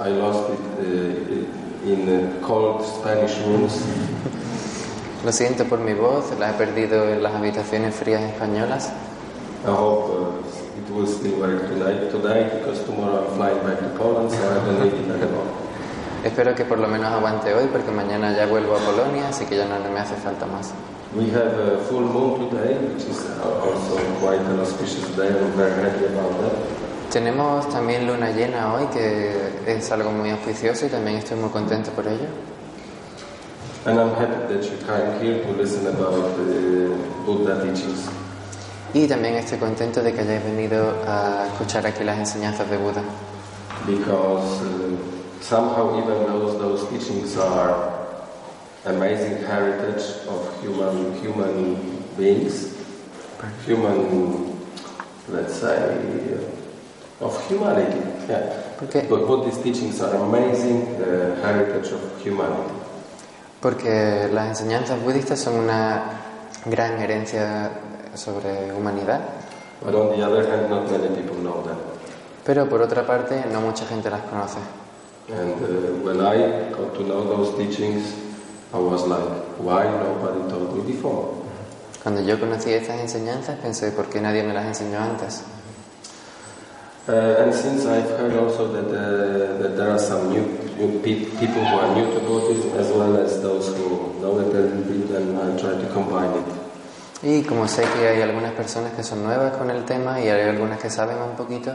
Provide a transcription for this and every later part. I lost it uh, in uh, cold Spanish rooms. Lo siento por mi voz, la he perdido en las habitaciones frías españolas. I hope uh, it will still work tonight, tonight because tomorrow I'm flying back to Poland, so I don't need it anymore. Espero que por lo menos aguante hoy porque mañana ya vuelvo a Polonia, así que ya no me hace falta más. We have a full moon today, which is also quite an auspicious day. I'm very happy about that. Tenemos también luna llena hoy, que es algo muy auspicioso y también estoy muy contento por ello. And I'm happy that you came here to listen about the Buddha teachings. Y también estoy contento de que hayáis venido a escuchar aquí las enseñanzas de Buda. because uh, somehow even those those teachings are amazing heritage of human human beings, human let's say uh, of humanity. Yeah, Porque, but Buddhist teachings are amazing uh, heritage of humanity. porque las enseñanzas budistas son una gran herencia sobre humanidad, But on the other hand, not many people know them. pero por otra parte no mucha gente las conoce. And uh, when I got to know those teachings, I was like, why nobody told me before? Cuando yo conocí estas enseñanzas pensé, ¿por qué nadie me las enseñó antes? Uh, and since I've heard also that, uh, that there are some new, new pe- people who are new to Buddhism as well as those who know it a little bit, and I try to combine it. Y como sé que hay algunas personas que son nuevas con el tema y hay algunas que saben un poquito,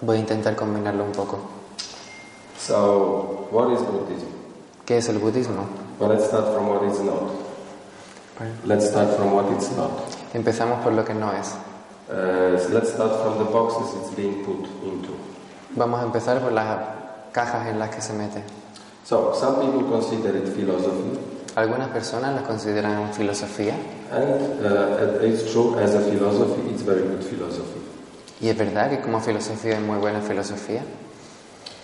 voy a intentar combinarlo un poco. So, what is Buddhism? ¿Qué es el budismo? Well, let's start from what it's not. Let's start from what it's not. Empezamos por lo que no es. Uh, so let's start from the boxes it's being put into. Vamos a empezar por las cajas en las que se mete. So, some people consider it philosophy, Algunas personas las consideran filosofía and uh, it's true, as a philosophy, it's very good philosophy. y es verdad que como filosofía es muy buena filosofía.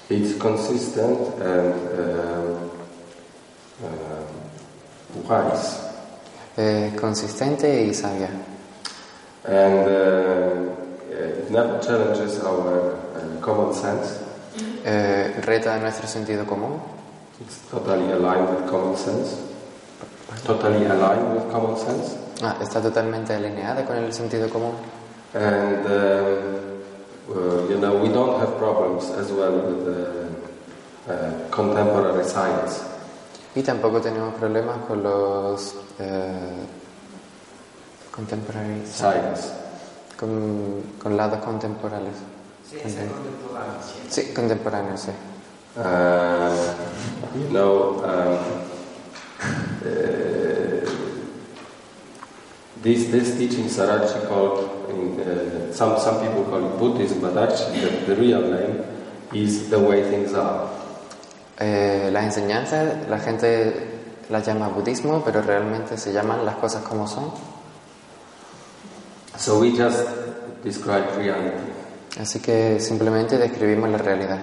It's consistent and um, um, wise. Es consistente y sabia And uh, it never challenges our uh, common sense. Eh, reta nuestro sentido común. It's totally aligned with common sense. Totally aligned with common sense. Ah, está totalmente alineada con el sentido común. And, um, uh, you know, we don't have problems as well with uh, uh, contemporary science. Y tampoco tenemos problemas con los eh, contemporary Science. con, con lados contemporales. Sí, es el contemporáneo, sí. Sí, contemporáneos, sí. Uh, you know, um, uh, these these teachings are actually called in, uh, some some people call it Buddhism, but actually the, the real name is the way things are. Eh, las enseñanzas, la gente las llama budismo, pero realmente se llaman las cosas como son. So we just describe reality. Así que simplemente describimos la realidad.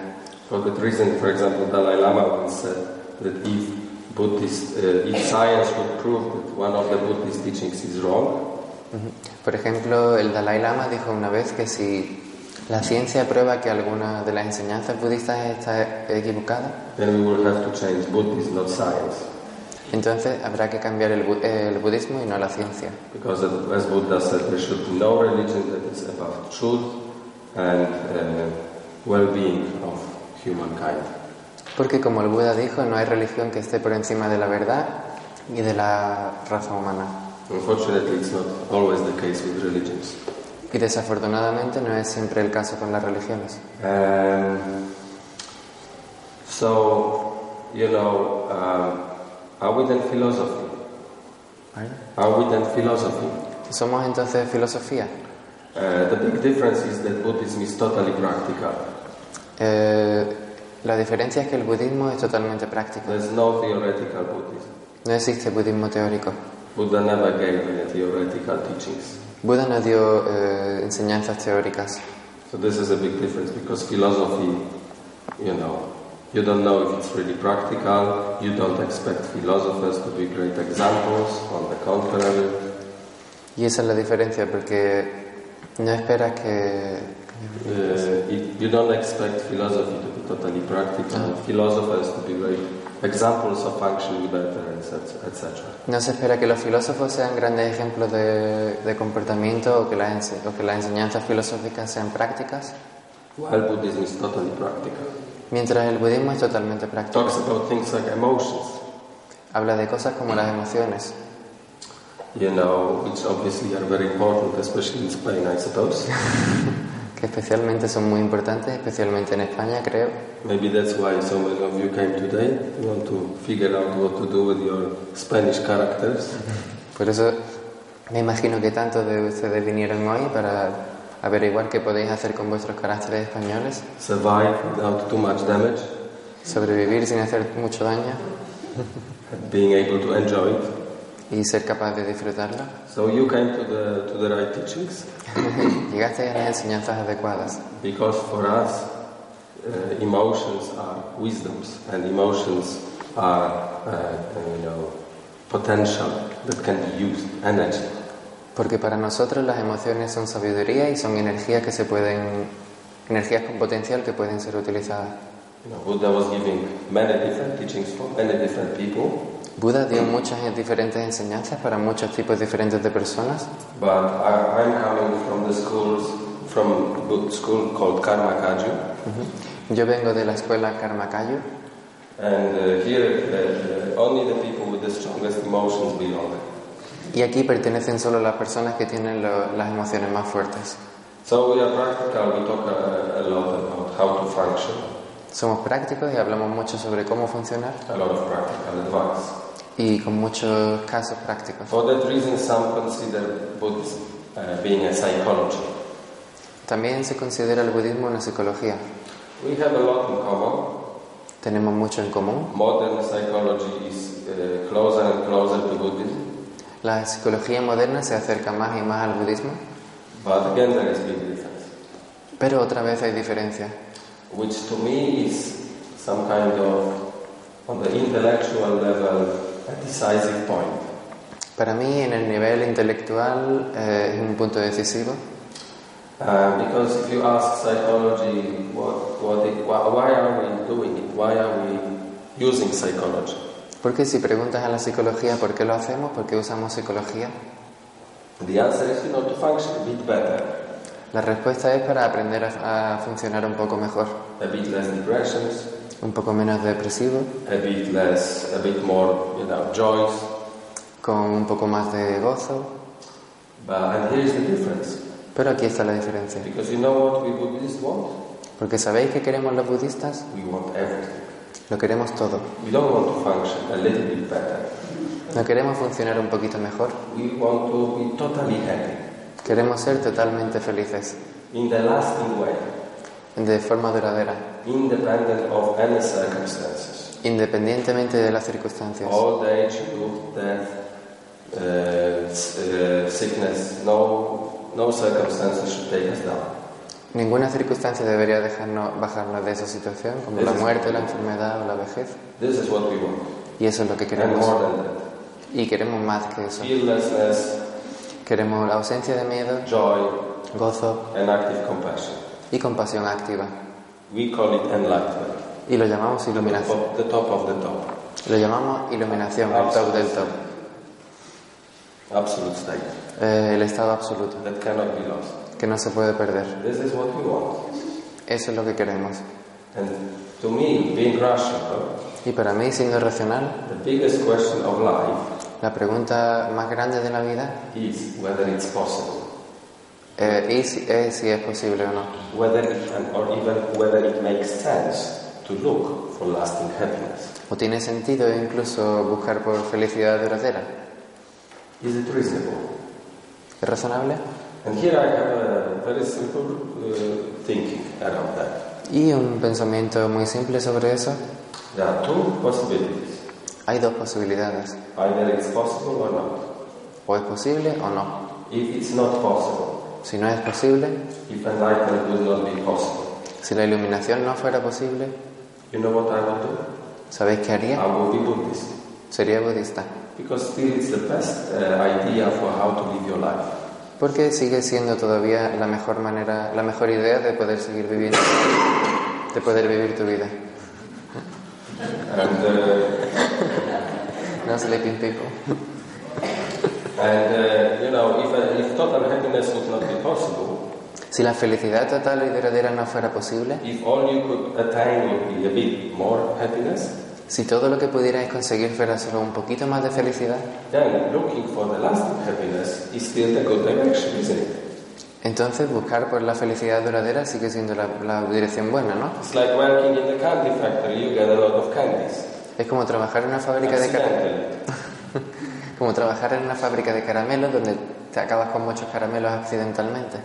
For that reason, for example, Dalai Lama once said that if Buddhist, uh, if science would prove that one of the Buddhist teachings is wrong, Ujú. Por ejemplo, el Dalai Lama dijo una vez que si la ciencia prueba que alguna de las enseñanzas budistas está equivocada, then we will have to change Buddhism, not science. entonces habrá que cambiar el, bu- eh, el budismo y no la ciencia. Because as as Buddha said, there should be no religion that is above truth and uh, well-being of humankind. Porque como el Buda dijo, no hay religión que esté por encima de la verdad y de la raza humana. Unfortunately, it's not always the case with religions. Y desafortunadamente no es siempre el caso con las religiones. Um, so, you know, um, are we then philosophy? Are we then philosophy? Somos entonces filosofía. Uh, the big difference is that Buddhism is totally practical. Eh, la diferencia es que el budismo es totalmente práctico. There's no theoretical Buddhism. No existe budismo teórico. Buddha never gave any theoretical teachings. Buda no dio eh, enseñanzas teóricas. So this is a big difference because philosophy, you know, you don't know if it's really practical. You don't expect philosophers to be great examples. On the contrary, Y esa es la diferencia porque no esperas que... uh, it, you don't expect philosophy to be totally practical. Philosophers could be great examples of functioning better, etc. etc. No se espera que los filósofos sean grandes ejemplos de, de comportamiento o que, las, ense- o que las enseñanzas filosóficas sean prácticas, While Buddhism is totally practical. mientras el budismo es totalmente práctico. Talks about things like emotions, Habla de cosas como las emociones, you know, which obviously are very important, especially in Spain, I suppose. que especialmente son muy importantes, especialmente en España, creo. Maybe that's why so many of you came today. You want to figure out what to do with your Spanish characters. Por eso me imagino que tantos de ustedes vinieron hoy para averiguar qué podéis hacer con vuestros caracteres españoles, Survive without too much damage, sobrevivir sin hacer mucho daño and being able to enjoy it. y ser capaz de disfrutarlo. So you came to the to the right teachings Llegasteis a las enseñanzas adecuadas, because for us uh, emotions are wisdoms and emotions are uh, you know potential that can be used energy porque para nosotros las emociones son sabiduría y son energías que se pueden, energías con potencial que pueden ser utilizadas. you know Buddha was giving many different teachings for many different people Buda dio muchas diferentes enseñanzas para muchos tipos diferentes de personas, but I, I'm coming from the schools from a good school called Karma Kaju Yo vengo de la escuela Karmakayu and uh, here uh, uh, only the people with the strongest emotions belong y aquí pertenecen solo las personas que tienen lo- las emociones más fuertes. So we are practical, we talk uh, a, a lot about how to function, Somos prácticos y hablamos mucho sobre cómo funcionar a lot of practical advice. y con muchos casos prácticos. For that reason, some consider Buddhism uh, being a psychology. También se considera el budismo una psicología. We have a lot in common. Tenemos mucho en común. Modern psychology is uh, closer and closer to Buddhism, La psicología moderna se acerca más y más al budismo, but again there is big difference, pero otra vez hay diferencias, which to me is some kind of, on the intellectual level, a decisive point. Para mí, en el nivel intelectual, eh, es un punto decisivo. Uh, because if you ask psychology, what, what it, why, why are we doing it? Why are we using psychology? Porque si preguntas a la psicología por qué lo hacemos, por qué usamos psicología, The answer is, you know, to function a bit better, La respuesta es para aprender a, a funcionar un poco mejor, a bit less depressions, un poco menos depresivo, a bit less, a bit more, you know, joys. con un poco más de gozo. But and here's the difference, Pero aquí está la diferencia. because you know what we Buddhists want? Porque sabéis que queremos los budistas, We want everything. lo queremos todo. We don't want to function a little bit better. No queremos funcionar un poquito mejor, We want to be totally happy queremos ser totalmente felices, in the lasting way, de forma duradera, independent of any circumstances. independientemente de las circunstancias. Old age, youth, death, uh, s- uh, sickness, no, no circumstances should take us down. Ninguna circunstancia debería dejarnos bajarnos de esa situación, como la muerte, la enfermedad o la vejez. This is what we want. Y eso es lo que And queremos. more than that. Y queremos más que eso. Fearlessness, Queremos la ausencia de miedo, joy, gozo, and active compassion. y compasión activa. We call it enlightenment. Y lo llamamos iluminación. Of the top of the top. Lo llamamos iluminación, el top del top. Absolute state. Eh, el estado absoluto, That cannot be lost. que no se puede perder. This is what we want. Eso es lo que queremos. And to me, being rational, Y para mí, siendo racional, the biggest question of life la pregunta más grande de la vida is whether it's possible. eh, es, es si es posible o no. whether it can, or even whether it makes sense to look for lasting happiness. O tiene sentido incluso buscar por felicidad duradera. Is it reasonable? ¿Es razonable? And here I have a very simple uh, thinking around that. Y un pensamiento muy simple sobre eso. There are two possibilities. Hay dos posibilidades. Either it's possible or not. O es posible o no. If it's not possible, Si no es posible, if enlightenment would not be possible, si la iluminación no fuera posible, you know what I will do? ¿sabéis qué haría? I will be Buddhist. Sería budista, Because still it's the best uh, idea for how to live your life. porque sigue siendo todavía la mejor manera, la mejor idea de poder seguir viviendo. de poder vivir tu vida. And, uh, No sleeping people. and uh, you know, if, uh, if total happiness would not be possible, Si la felicidad total y verdadera no fuera posible, if all you could attain would be a bit more happiness, si todo lo que pudierais conseguir fuera solo un poquito más de felicidad, then looking for the lasting happiness is still the good direction, isn't it? entonces buscar por la felicidad duradera sigue siendo la, la dirección buena, ¿no? It's like working in the candy factory, you get a lot of candies. Es como trabajar en una fábrica de caramelos. Accidentally. Como trabajar en una fábrica de caramelos donde te acabas con muchos caramelos accidentalmente.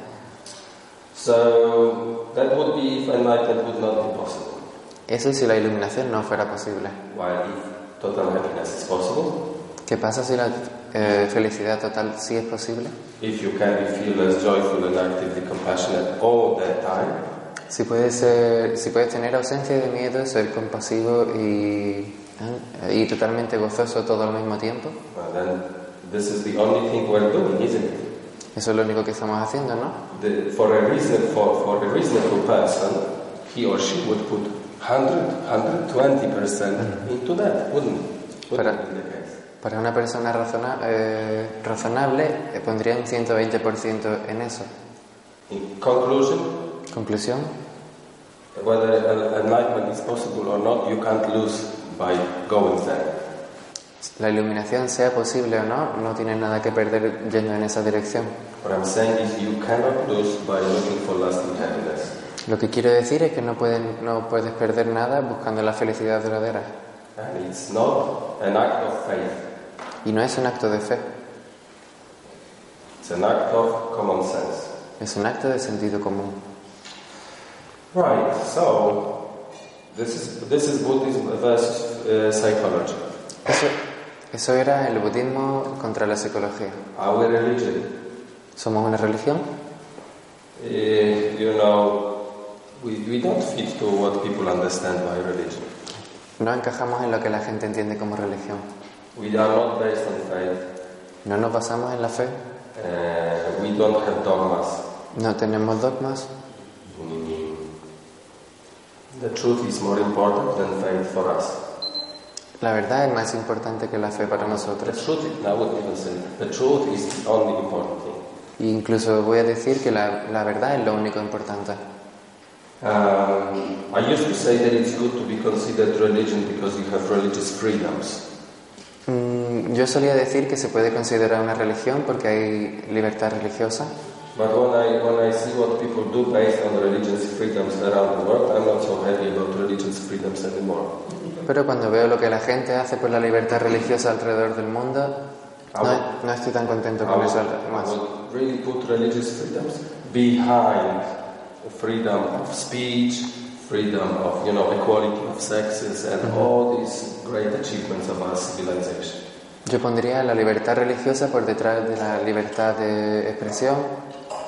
So that would be if enlightenment would not be possible. Eso si la iluminación no fuera posible. While if total happiness is possible, ¿Qué pasa si la eh, felicidad total sí es posible? if you can be feel as joyful and actively compassionate all the time, Si puedes, ser- si puedes tener ausencia de miedo, ser compasivo y, ah, y totalmente gozoso todo al mismo tiempo, well then this is the only thing we're doing, isn't it? eso es lo único que estamos haciendo, ¿no? The, for a reason, for, for a reasonable person, he or she would put 100, 120% into that, wouldn't it? Wouldn't Para- it be the case? Para una persona razona- eh, razonable eh, pondría un 120% en eso. In conclusion, Conclusión, Whether en- enlightenment is possible or not, you can't lose by going there. la iluminación sea posible o no, no tienes nada que perder yendo en esa dirección. What I'm saying is you cannot lose by looking for lasting happiness. Lo que quiero decir es que no, pueden, no puedes perder nada buscando la felicidad duradera. And it's not an act of faith, Y no es un acto de fe, it's an act of common sense. es un acto de sentido común. Right, so this is, this is Buddhism versus uh, psychology. Eso, eso era el budismo contra la psicología. Are we religion? Somos una religión, Uh, you know, we, we don't fit to what people understand by religion. no encajamos en lo que la gente entiende como religión. We are not based on faith, No nos basamos en la fe, uh, we don't have dogmas. no tenemos dogmas. Mm. The truth is more important than faith for us. La verdad es más importante que la fe para The nosotros. truth, I would even say, the truth is the only important thing. E incluso voy a decir que la, la verdad es lo único importante. Um, I used to say that it's good to be considered religion because you have religious freedoms. Mm, yo solía decir que se puede considerar una religión porque hay libertad religiosa, But when I, when I see what people do based on religious freedoms around the world, I'm not so happy about religious freedoms anymore. pero cuando veo lo que la gente hace por la libertad religiosa alrededor del mundo, no, no estoy tan contento I con would, eso I más. would really put religious freedoms behind freedom of speech, freedom of you know equality of sexes, and all these great achievements of our civilization. Yo pondría la libertad religiosa por detrás de la libertad de expresión,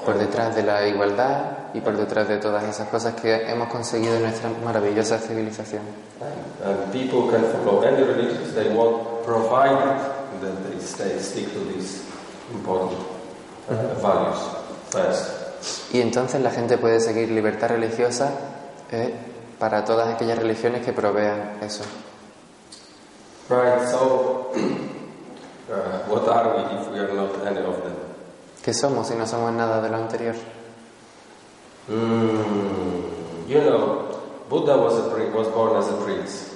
por detrás de la igualdad y por detrás de todas esas cosas que hemos conseguido en nuestra maravillosa civilización. And people can follow any religions they want, provided that they stay stick to these important uh, values first. Y entonces la gente puede seguir libertad religiosa eh, para todas aquellas religiones que provean eso. Right. So, uh, what are we if we are not any of them? ¿Qué somos si no somos nada de lo anterior? Mm, you know, Buddha was, a pri- was born as a prince,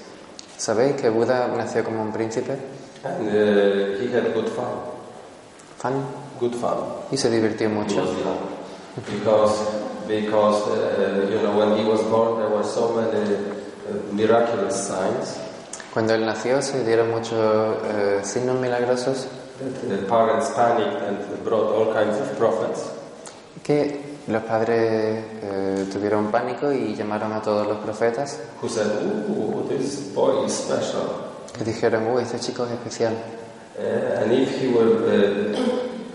¿Sabéis que Buda nació como un príncipe? and uh, he had good fun. Fan. Good fun. Y se He divirtió mucho. was young. Because, because uh, you know, when he was born, there were so many uh, miraculous signs Cuando él nació se dieron muchos eh, signos milagrosos that the parents panicked and brought all kinds of prophets. que los padres eh, tuvieron pánico y llamaron a todos los profetas Who said, "Ooh, this boy is special," que dijeron, uy, este chico es especial. uh, and if he will uh,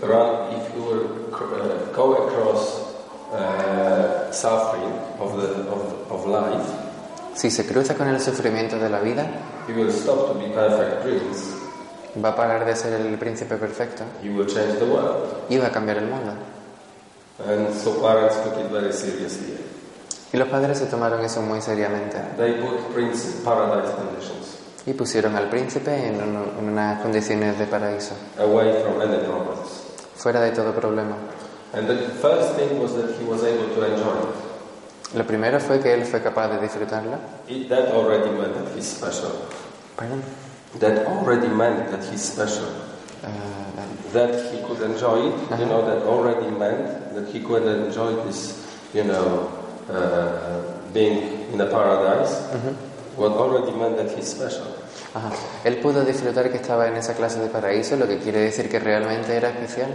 run, if he will cr- uh, go across uh, suffering of the of, of life, Si se cruza con el sufrimiento de la vida, He will stop to be perfect prince. va a parar de ser el príncipe perfecto He will change the world. y va a cambiar el mundo. And so parents took it very seriously. Y los padres se tomaron eso muy seriamente They put prince paradise conditions y pusieron al príncipe en, un- en unas condiciones de paraíso, away from any problems. fuera de todo problema. And the first thing was that he was able to enjoy it. Lo primero fue que él fue capaz de disfrutarla. it that already meant that he's special. Perdón. That already meant that he's special. Ah, vale. That he could enjoy it, Uh-huh. you know, that already meant that he could enjoy this, you know, uh, being in a paradise. Ujú. What already meant that he's special. Ajá. Él pudo disfrutar que estaba en esa clase de paraíso, lo que quiere decir que realmente era especial.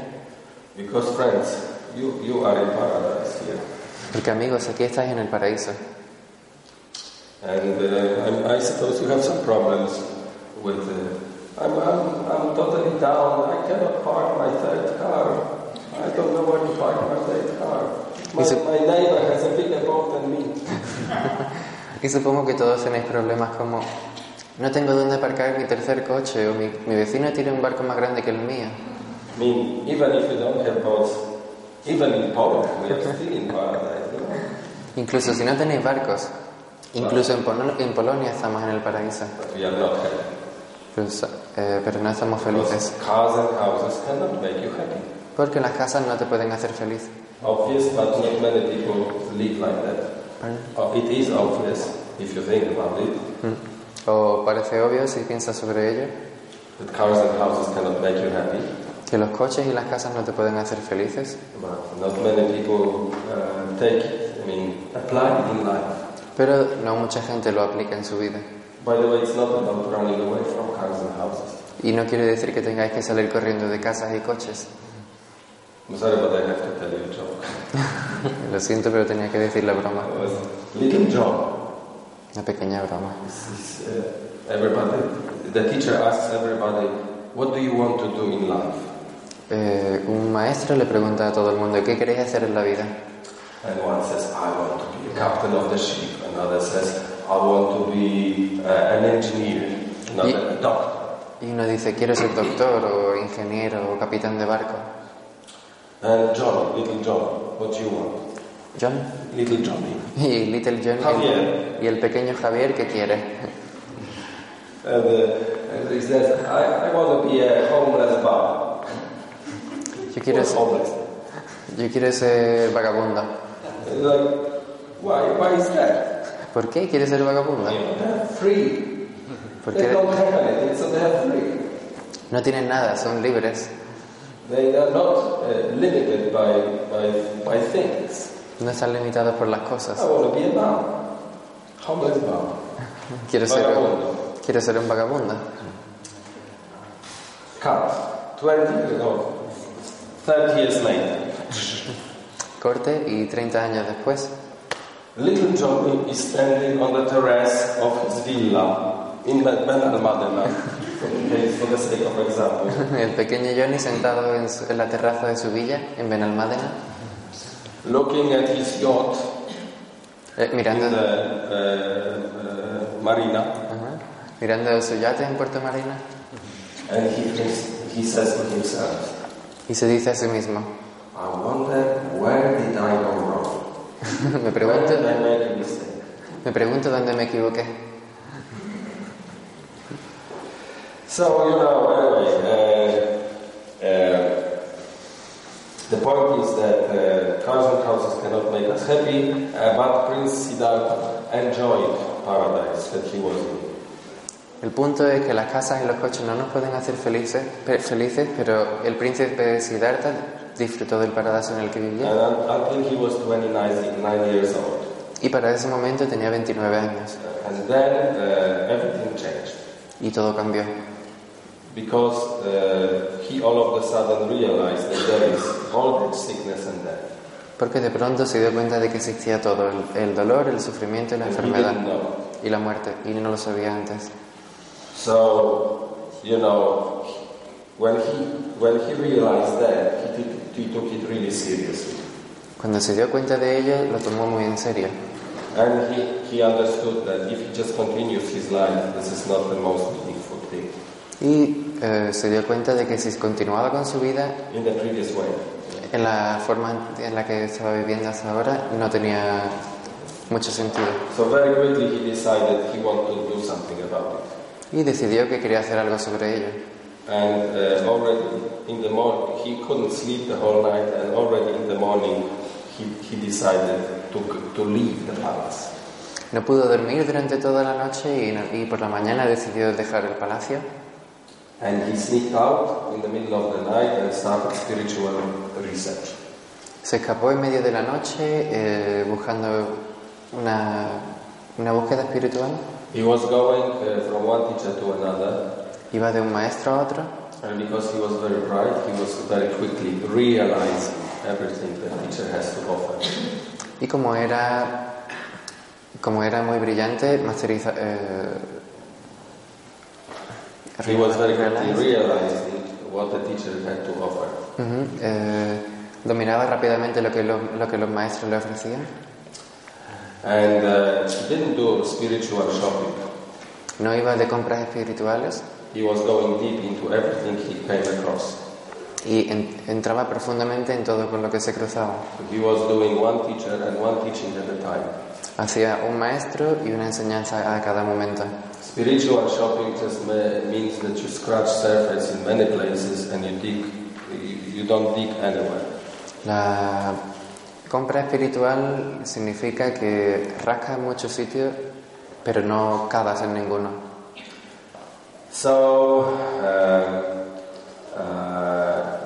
Because, friends, you, you are in paradise here. Porque amigos, aquí estáis en el paraíso. And uh, I'm, I suppose you have some problems with. Uh, I'm, I'm, I'm totally down. I cannot park my third car. I don't know where to park my third car. My, Is it- my neighbor has a bigger boat than me. Y supongo que todos tenéis problemas como no tengo dónde aparcar mi tercer coche o mi, mi vecino tiene un barco más grande que el mío. I mean, even if you don't have boats, even in Poland, we are still in paradise. You know? Incluso si no tenéis barcos, incluso en, Polo- en Polonia estamos en el paraíso. But we are not happy. Pero so- eh, pero no estamos Because felices. cars and houses cannot make you happy. Porque las casas no te pueden hacer feliz. Obvious, but not many people live like that. Perdón. Oh, it is obvious if you think about it. Mm. O parece obvio si piensas sobre ello, that cars and houses cannot make you happy, que los coches y las casas no te pueden hacer felices, but not many people uh, take it, I mean, apply it in life. pero no mucha gente lo aplica en su vida. By the way, it's not about running away from cars and houses. Y no quiere decir que tengáis que salir corriendo de casas y coches. I'm sorry, but I have to tell you a joke. Lo siento, pero tenía que decir la broma. It was a little joke. Una pequeña broma. This is, uh, everybody, the teacher asks everybody, what do you want to do in life? Eh, un maestro le pregunta a todo el mundo, ¿qué queréis hacer en la vida? And one says, I want to be a captain of the ship. Another says, I want to be uh, an engineer. Another, a doctor. Y uno dice, quiero ser doctor o ingeniero o capitán de barco. And John, little John, what do you want? John. Little Johnny. Y Little John. Javier. Y el pequeño Javier, ¿qué quiere? And, uh, and he says, I, I want to be a homeless bar. Yo quiero, What's ser- homeless? yo quiero ser vagabundo. And like, why, why is that? ¿Por qué quiere ser vagabundo? You know, they're free. Porque They don't have anything, so they're free. no tienen nada, son libres. They are not uh, limited by, by, by things. No están limitados por las I cosas. want to be a bar. Homeless bar. Quiero ser, Vagabundo. quiero ser un vagabundo. Cut. 20 years ago. 30 years later. Corte y 30 años después, Little Johnny is standing on the terrace of his villa in Benalmádena, okay, for the sake of example. el pequeño Johnny sentado en, su- en la terraza de su villa, en Benalmádena, Looking at his yacht eh, in the mirando, uh, uh, marina, Ajá. mirando su yate en Puerto Marina, and he, thinks, he says to himself, y se dice a sí mismo, I wonder where did I go wrong? me, Where did pregunto, I make a mistake? me pregunto dónde me equivoqué. So, you know, anyway, uh, uh, the point is that uh, cows and houses cannot make us happy, uh, but Prince Siddhartha enjoyed paradise that he was in. El punto es que las casas y los coches no nos pueden hacer felices, pe- felices pero el príncipe Siddhartha disfrutó del paraíso en el que vivía. And un- until he was 29 nine years old. Y para ese momento tenía 29 años And then uh, everything changed y todo cambió. because uh, he all of a sudden realized that there is old age, sickness, and death. Porque de pronto se dio cuenta de que existía todo, el, el dolor, el sufrimiento y la And he didn't enfermedad know. y la muerte, y no lo sabía antes. So, you know, when he when he realized that, he, took- he took it really seriously, Cuando se dio cuenta de ello, lo tomó muy en serio. and he, he understood that if he just continues his life, this is not the most meaningful thing Y eh, se dio cuenta de que si continuaba con su vida in the previous way. en la forma en la que estaba viviendo hasta ahora, no tenía mucho sentido. So very quickly he decided he wanted to do something about it. Y decidió que quería hacer algo sobre ello. And uh, already in the morning, he couldn't sleep the whole night, and already in the morning, he, he decided to, to leave the palace. No pudo dormir durante toda la noche y, no- y por la mañana decidió dejar el palacio And he sneaked out in the middle of the night and started spiritual research. Se escapó en medio de la noche eh, buscando una, una búsqueda espiritual. He was going uh, from one teacher to another, Iba de un maestro a otro and because he was very bright, he was very quickly realizing everything the teacher has to offer. y como era, como era muy brillante, masteriza... eh, He was very realize- quickly realizing what the teacher had to offer. Ujú, eh, dominaba rápidamente lo que, los- lo que los maestros le ofrecían. And uh, he didn't do spiritual shopping. No iba de compras espirituales He was going deep into everything he came across. y en- entraba profundamente en todo con lo que se cruzaba. He was doing one teacher and one teaching at a time. Hacía un maestro y una enseñanza a cada momento. Spiritual shopping just ma- means that you scratch surface in many places and you dig. You, you don't dig anywhere. La compra espiritual significa que rascas en muchos sitios, pero no cavas en ninguno. So, um, uh,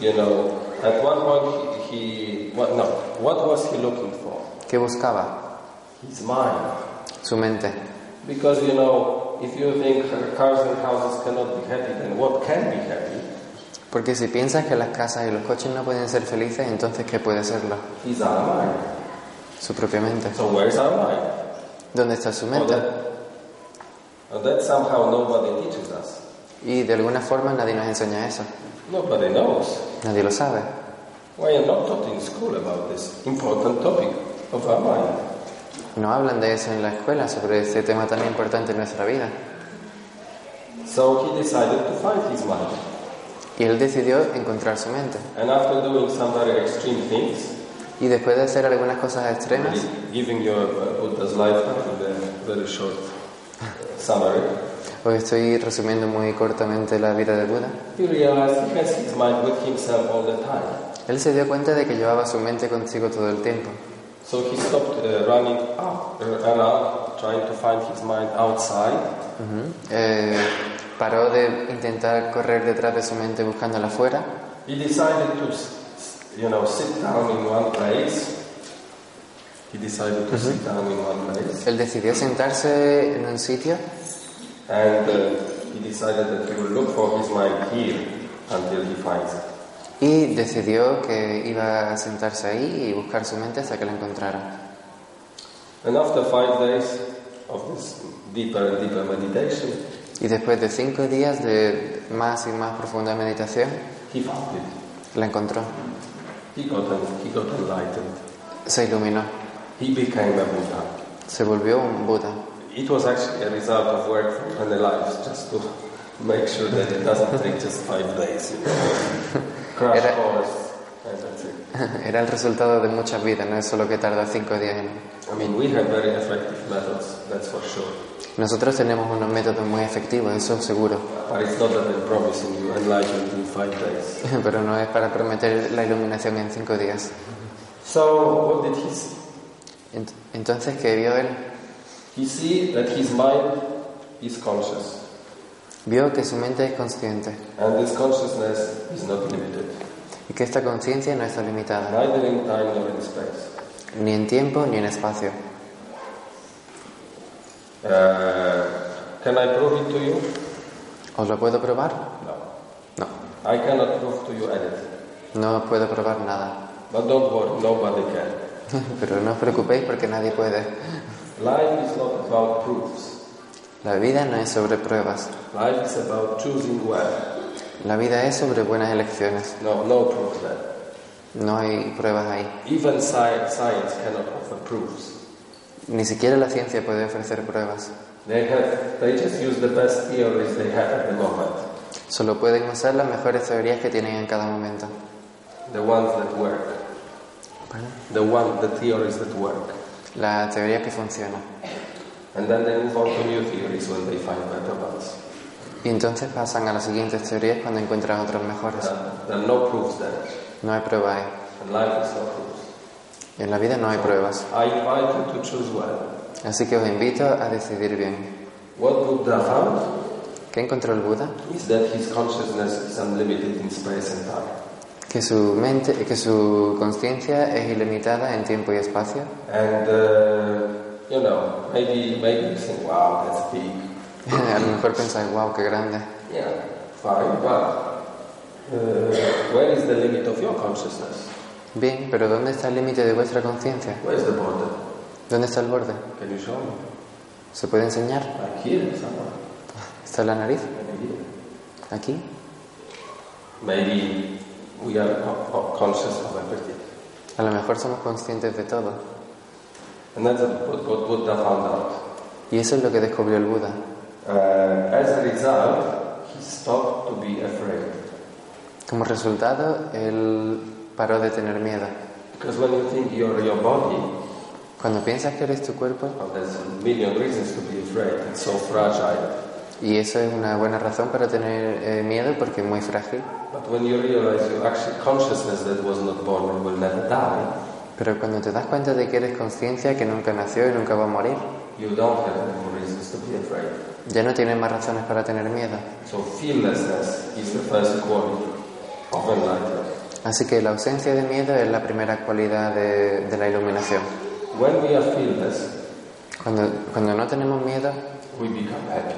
you know, at one point he, he what, no, what was he looking for? ¿Qué buscaba? His mind. Su mente. Because you know, if you think cars and houses cannot be happy, then what can be happy Porque si piensas que las casas y los coches no pueden ser felices, entonces ¿qué puede serlo? is our mind. Su propia mente. So where's our mind? ¿Dónde está su Well, mente? that, well, that somehow nobody teaches us. Y de alguna forma nadie nos enseña eso. Nobody knows. Nadie lo sabe. Why are not taught in school about this important topic of our mind? No hablan de eso en la escuela, sobre este tema tan importante en nuestra vida. So he decided to find his mind. Y él decidió encontrar su mente. And after doing some very extreme things, Y después de hacer algunas cosas extremas, really giving your uh, Buddha's life in a very short uh, summary, Hoy estoy resumiendo muy cortamente la vida de Buda. he realized he has his mind with himself all the time. Él se dio cuenta de que llevaba su mente consigo todo el tiempo. So he stopped uh, running up, uh, around, trying to find his mind outside, Ujú. Eh, paró de intentar correr detrás de su mente buscándola afuera. He decided to, s- s- you know, sit down in one place. He decided to sit down in one place, Él decidió sentarse en un sitio and uh, he decided that he will look for his mind here until he finds it. y decidió que iba a sentarse ahí y buscar su mente hasta que la encontrara. And after five days of this deeper and deeper meditation, Y después de cinco días de más y más profunda meditación, he found it. la encontró. He got, en- he got enlightened. Se iluminó. He became a Buddha. Se volvió un Buda. It was actually a result of work from many lives, just to make sure that it doesn't take just five days. You know. Crash Era- course, and that's it. Era el resultado de muchas vidas, no es solo que tarda cinco días en... I mean, we have very effective methods, that's for sure. Nosotros tenemos unos métodos muy efectivos, eso seguro, But it's not that I'm promising you enlightenment in five days. pero no es para prometer la iluminación en cinco días. So, what did he see? Ent- Entonces, ¿qué vio él? He see that his mind is conscious, Vio que su mente es consciente and this consciousness is not limited, y que esta conciencia no está limitada, neither in time nor in space. ni en tiempo ni en espacio. Uh, can I prove it to you? ¿Os lo puedo probar? No. No, I cannot prove to you anything. no os puedo probar nada. But don't worry, nobody can. Pero no os preocupéis porque nadie puede. Life is not about proofs. La vida no es sobre pruebas, Life is about choosing well. la vida es sobre buenas elecciones. No, no proof there. No hay pruebas ahí. Even sci- science cannot offer proofs. Ni siquiera la ciencia puede ofrecer pruebas. They have, they just use the best theories they have at the moment, Solo pueden usar las mejores teorías que tienen en cada momento, the ones that work. Pardon? the one, the theories that work. La teoría que funciona. And then they move on to new theories when they find better ones. Y entonces pasan a las siguientes teorías cuando encuentran otras mejores. Uh, there are no proofs there, No hay pruebas ahí. and life is no proofs. En la vida no hay pruebas. I invite you to choose well. Así que os invito a decidir bien. What Buddha found ¿Qué encontró el Buda? is that his consciousness is unlimited in space and time. Que su mente, que su conciencia es ilimitada en tiempo y espacio. And uh, you know, maybe maybe you think, wow, that's big. a lo mejor pensáis, wow, qué grande. Yeah, fine, but uh, where is the limit of your consciousness? Bien, pero ¿dónde está el límite de vuestra conciencia? Where is the border? ¿Dónde está el borde? Can you show me? ¿Se puede enseñar? Like here, somewhere, ¿Está en la nariz? maybe here. ¿Aquí? Maybe we are co- co- conscious of everything. A lo mejor somos conscientes de todo. And that's what, what Buddha found out. Y eso es lo que descubrió el Buda. Uh, as a result, he stopped to be afraid. Como resultado, él paró de tener miedo. Because when you think you're your body, Cuando piensas que eres tu cuerpo, well, there's a million reasons to be afraid. It's so fragile. y eso es una buena razón para tener eh, miedo porque es muy frágil, But when you realize your actual consciousness that was not born and will never die, pero cuando te das cuenta de que eres conciencia que nunca nació y nunca va a morir, you don't have any more reasons to be afraid. ya no tienes más razones para tener miedo. So fearlessness is the first quality of enlightenment. Así que la ausencia de miedo es la primera cualidad de, de la iluminación. When we are fearless, Cuando, cuando no tenemos miedo, we become happy.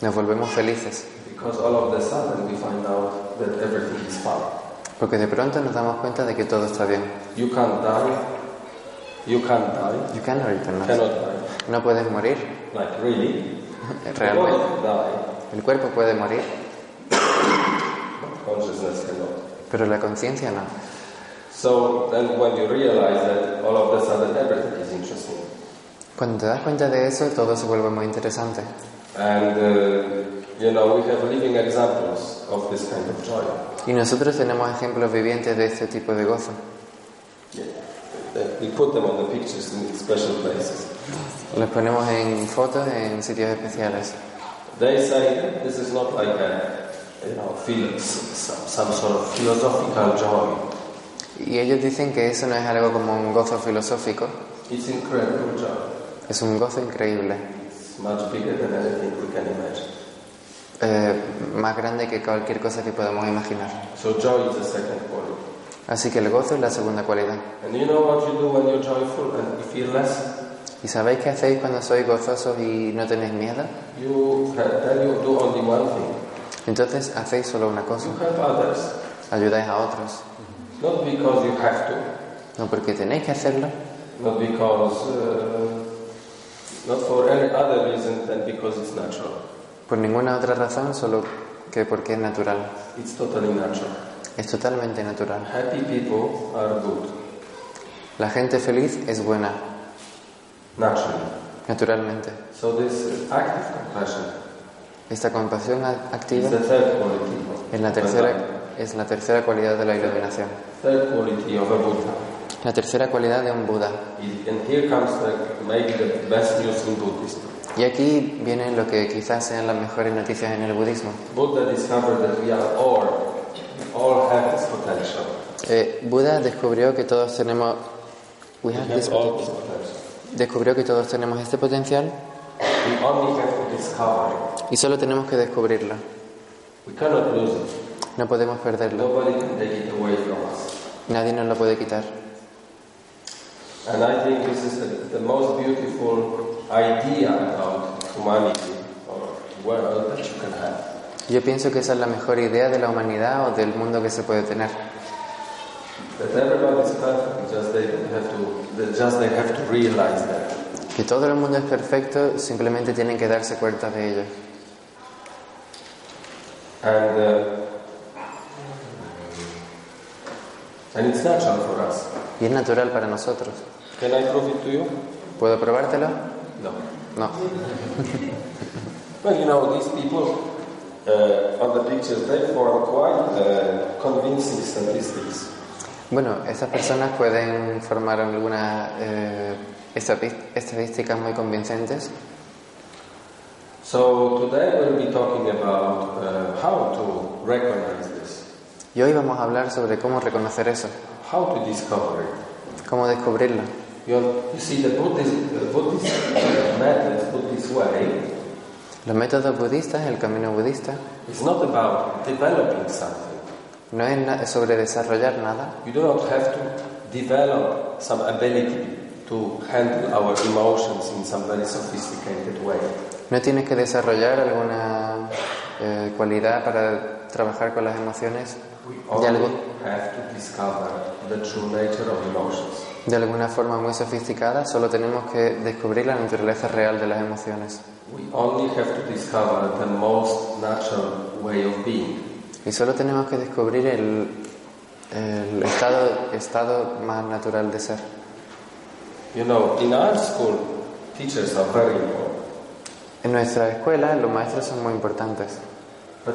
nos volvemos felices, Because all of a sudden we find out that everything is fine. porque de pronto nos damos cuenta de que todo está bien. You can't die. You can't die. You cannot return, no. Cannot die. No puedes morir, Like really. realmente. You die, El cuerpo puede morir, but consciousness cannot. pero la conciencia no. So then when you realize that all of a sudden everything is interesting. Cuando te das cuenta de eso, todo se vuelve muy interesante. And uh, you know, we have living examples of this kind of joy. Y nosotros tenemos ejemplos vivientes de este tipo de gozo. Yeah. That We put them on the pictures in special places. Los ponemos en fotos en sitios especiales. They say that this is not like a you know, feel, some, some sort of philosophical joy. Y ellos dicen que eso no es algo como un gozo filosófico, It's incredible joy. es un gozo increíble, It's much bigger than anything we can imagine. eh, más grande que cualquier cosa que podamos imaginar. So joy is the second quality. Así que el gozo es la segunda cualidad. And you know what you do when you're joyful and you feel less? ¿Y sabéis qué hacéis cuando sois gozosos y no tenéis miedo? You then you do only one thing. Entonces hacéis solo una cosa, You help others. ayudáis a otros. Not because you have to, No porque tenéis que hacerlo, Not because, uh, not for any other reason than because it's natural. por ninguna otra razón, solo que porque es natural. It's totally natural. Es totalmente natural. Happy people are good, La gente feliz es buena, naturally. naturalmente. So this active compassion Esta compasión a- is activa the third quality. es la, tercera, es la tercera cualidad de la iluminación. Third quality of a Buddha. La tercera cualidad de un Buda. It- and here comes the, maybe the best news in Buddhism. Y aquí viene lo que quizás sean las mejores noticias en el budismo. Buddha discovered that we are all, we all have this potential. Eh, Buda descubrió que todos tenemos... We we have have this- all this potential. descubrió que todos tenemos este potencial We only have to discover it. y solo tenemos que descubrirlo. We cannot lose it. No podemos perderlo. Nobody can take it away from us. Nadie nos lo puede quitar. And I think this is the, the most beautiful idea about humanity or world that you can have. Yo pienso que esa es la mejor idea de la humanidad o del mundo que se puede tener. That everyone is perfect, just they don't have to, they just they have to realize that. Que todo el mundo es perfecto, simplemente tienen que darse cuenta de ello. And uh, and it's natural for us. Y es natural para nosotros. Can I prove it to you? ¿Puedo probártelo? No. No. Well, you know these people uh, on the pictures they form quite uh, convincing statistics. Bueno, estas personas pueden formar algunas eh, estatis- estadísticas muy convincentes. So today we'll be talking about uh, how to recognize this, Y hoy vamos a hablar sobre cómo reconocer eso, how to discover it. cómo descubrirlo. You, you see, the Buddhist, the Buddhist methods, Buddhist way, Los métodos budistas, el camino budista, it's not about developing something. no es na- sobre desarrollar nada. You do not have to develop some ability to handle our emotions in some very sophisticated way. No tienes que desarrollar alguna eh, cualidad para trabajar con las emociones We de, only algún- have to discover the true nature of emotions. de alguna forma muy sofisticada, solo tenemos que descubrir la naturaleza real de las emociones. We only have to discover the most natural way of being. Y solo tenemos que descubrir el, el estado, estado más natural de ser. You know, in our school, teachers are very important, En nuestra escuela los maestros son muy importantes. but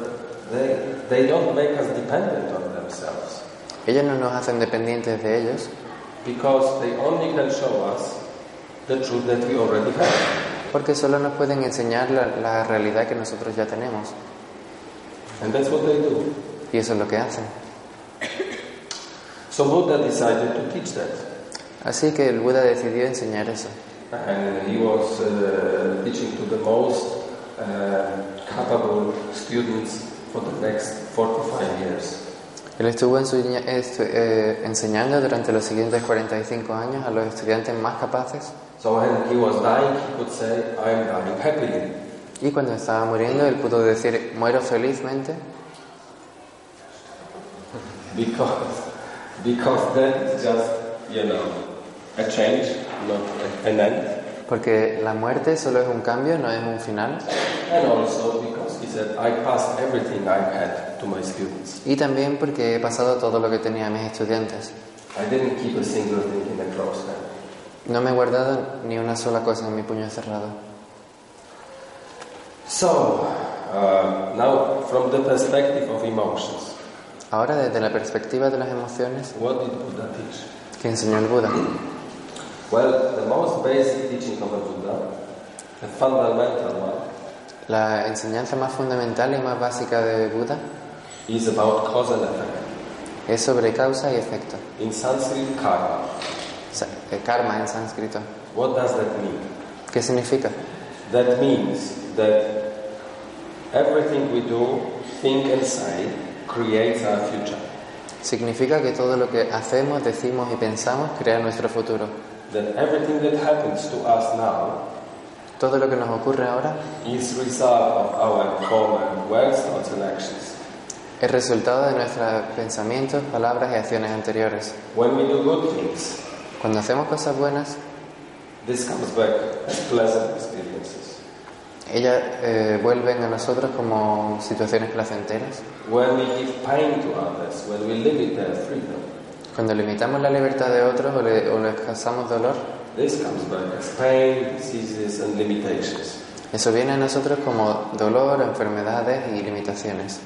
they, they don't make us dependent on themselves Ellos no nos hacen dependientes de ellos because they only can show us the truth that we already have. porque solo nos pueden enseñar la, la realidad que nosotros ya tenemos. And that's what they do. Y eso es lo que hacen. So Buddha decided to teach that. Así que el Buda decidió enseñar eso. And he was uh, teaching to the most uh, capable students for the next 45 years. Él estuvo ensuña- estu- eh, enseñando durante los siguientes 45 años a los estudiantes más capaces So when he was dying, he could say, I'm dying happily. y cuando estaba muriendo él pudo decir muero felizmente Because, because that is just, you know, a change, not a- an end. porque la muerte solo es un cambio, no es un final. And also because he said, I passed everything I had to my students. Y también porque he pasado todo lo que tenía a mis estudiantes. I didn't keep a single thing in a closed hand. No me he guardado ni una sola cosa en mi puño cerrado. So, uh, now from the perspective of emotions, Ahora desde la perspectiva de las emociones what did Buddha teach? que enseñó el Buda. Well, the most basic teaching of a Buddha, the fundamental one, La enseñanza más fundamental y más básica de Buda is about cause and effect. es sobre causa y efecto. In Sanskrit, karma. Sa- eh, karma en sánscrito. What does that mean? ¿Qué significa? That means that everything we do, think, and say creates our future. Significa que todo lo que hacemos, decimos y pensamos crea nuestro futuro. That everything that happens to us now Todo lo que nos ocurre ahora is result of our former words, thoughts, and actions. es resultado de nuestros pensamientos, palabras y acciones anteriores. When we do good things, Cuando hacemos cosas buenas, This comes back as pleasant experiences. Ellas eh, vuelven a nosotros como situaciones placenteras. When we give pain to others, when we limit their freedom, Cuando limitamos la libertad de otros o, le, o les causamos dolor, this comes back as pain, diseases, and limitations. eso viene a nosotros como dolor, enfermedades y limitaciones.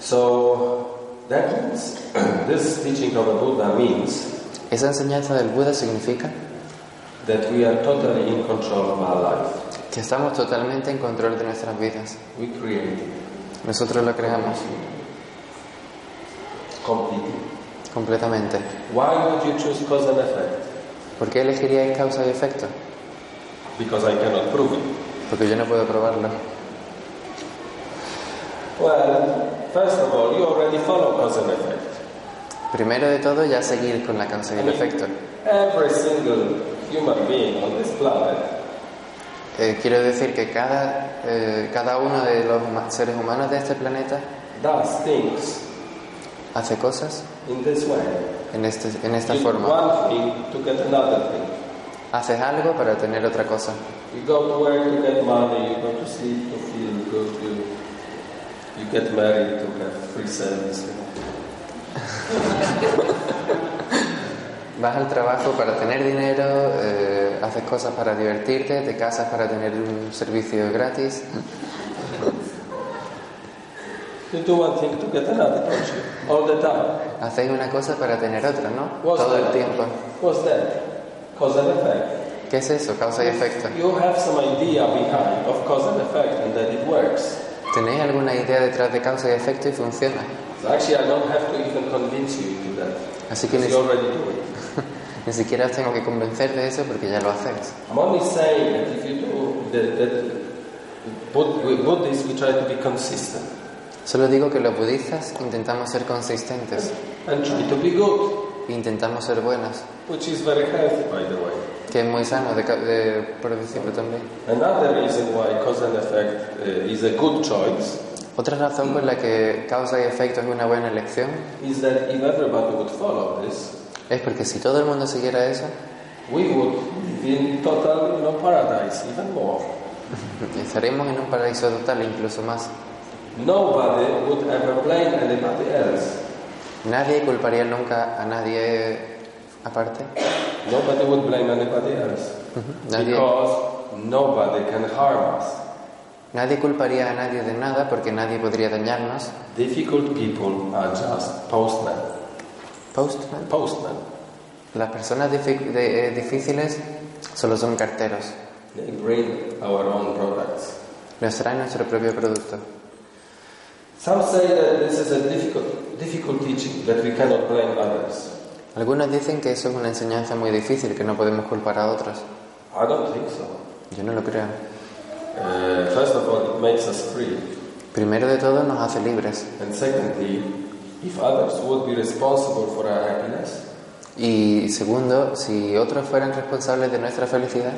So that means this teaching of the Buddha means Esa enseñanza del Buda significa that we are totally in control of our life. que estamos totalmente en control de nuestras vidas. We create it Nosotros lo creamos completely. completamente. Why would you choose cause and effect? ¿Por qué elegiríais causa y efecto? Because I cannot prove it. Porque yo no puedo probarlo. Well, first of all, you already follow cause and effect. Primero de todo, ya seguir con la causa y el efecto. Every single human being on this planet Eh, quiero decir que cada, eh, cada uno de los huma- seres humanos de este planeta does things hace cosas in this way. en, este, en esta You do forma. one thing to get another thing. Haces algo para tener otra cosa. You go to work to get money, you go to sleep to feel good, you, you get married to have free service. Vas al trabajo para tener dinero, eh, haces cosas para divertirte, te casas para tener un servicio gratis. You do one thing to get another, don't you? All the time. Hacéis una cosa para tener otra, ¿no? What's Todo el that? tiempo. What's that? Cause and effect. ¿Qué es eso? Causa y efecto. You have some idea behind of cause and effect and that it works. ¿Tenéis alguna idea detrás de causa y efecto y funciona? So actually, I don't have to even convince you to do that. Así que Because ni, you already do it. ni siquiera os tengo que convencer de eso porque ya lo hacéis. I'm only saying that if you do that, that Bud- with Buddhists, we try to be consistent Solo digo que los budistas intentamos ser consistentes, and try to be good, intentamos ser buenos, which is very healthy, by the way. que es muy sano de, ca- de- por principio también. Another reason why cause and effect uh, is a good choice Otra razón por la que causa y efecto es una buena elección is that if everybody would follow this, es porque si todo el mundo siguiera eso, we would live in total you know, paradise, even more. estaríamos en un paraíso total, incluso más. Nobody would ever blame anybody else. Nadie culparía nunca a nadie aparte. Nobody would blame anybody else. Nadie, Because nobody can harm us. nadie culparía a nadie de nada porque nadie podría dañarnos. Difficult people are just postmen. Postman. Postmen. Las personas dific- de- eh, difíciles solo son carteros. They bring our own products. Nos traen nuestro propio producto. Some say that this is a difficult, difficult teaching that we cannot blame others. Algunos dicen que eso es una enseñanza muy difícil, que no podemos culpar a otros. I don't think so. Yo no lo creo. Uh, first of all, it makes us free. Primero de todo, nos hace libres. And secondly, if others would be responsible for our happiness, Y segundo, si otros fueran responsables de nuestra felicidad,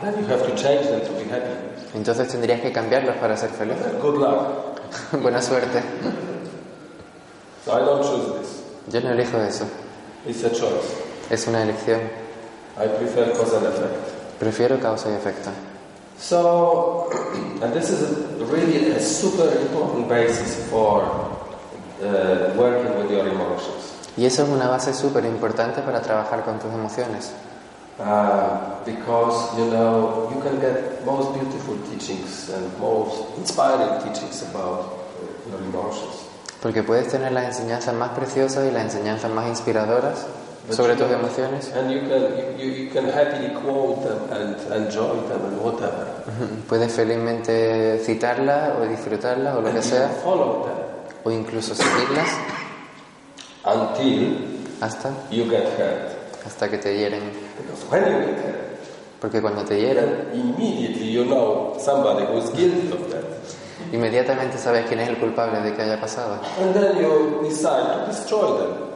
then you have to change them to be happy. entonces tendrías que cambiarlos para ser feliz. Then Good luck. Buena suerte. So I don't choose this. Yo no elijo eso. It's a choice. Es una elección. I prefer cause and effect. Prefiero causa y efecto. So, and this is a, really a super important basis for uh, working with your emotions. Y eso es una base súper importante para trabajar con tus emociones. Uh, because you know you can get most beautiful teachings and most inspiring teachings about uh, your emotions. Porque puedes tener las enseñanzas más preciosas y las enseñanzas más inspiradoras But sobre you tus don't- emociones. And you can you, you, you can happily quote them and enjoy them and whatever. Puedes felizmente citarlas o disfrutarlas o lo que And sea, you follow them o incluso seguirlas until hasta, you get hurt. hasta que te hieren. Because when you get hurt, Porque cuando te hieren, then immediately you know somebody who is guilty of that. inmediatamente sabes quién es el culpable de que haya pasado. And then you decide to destroy them.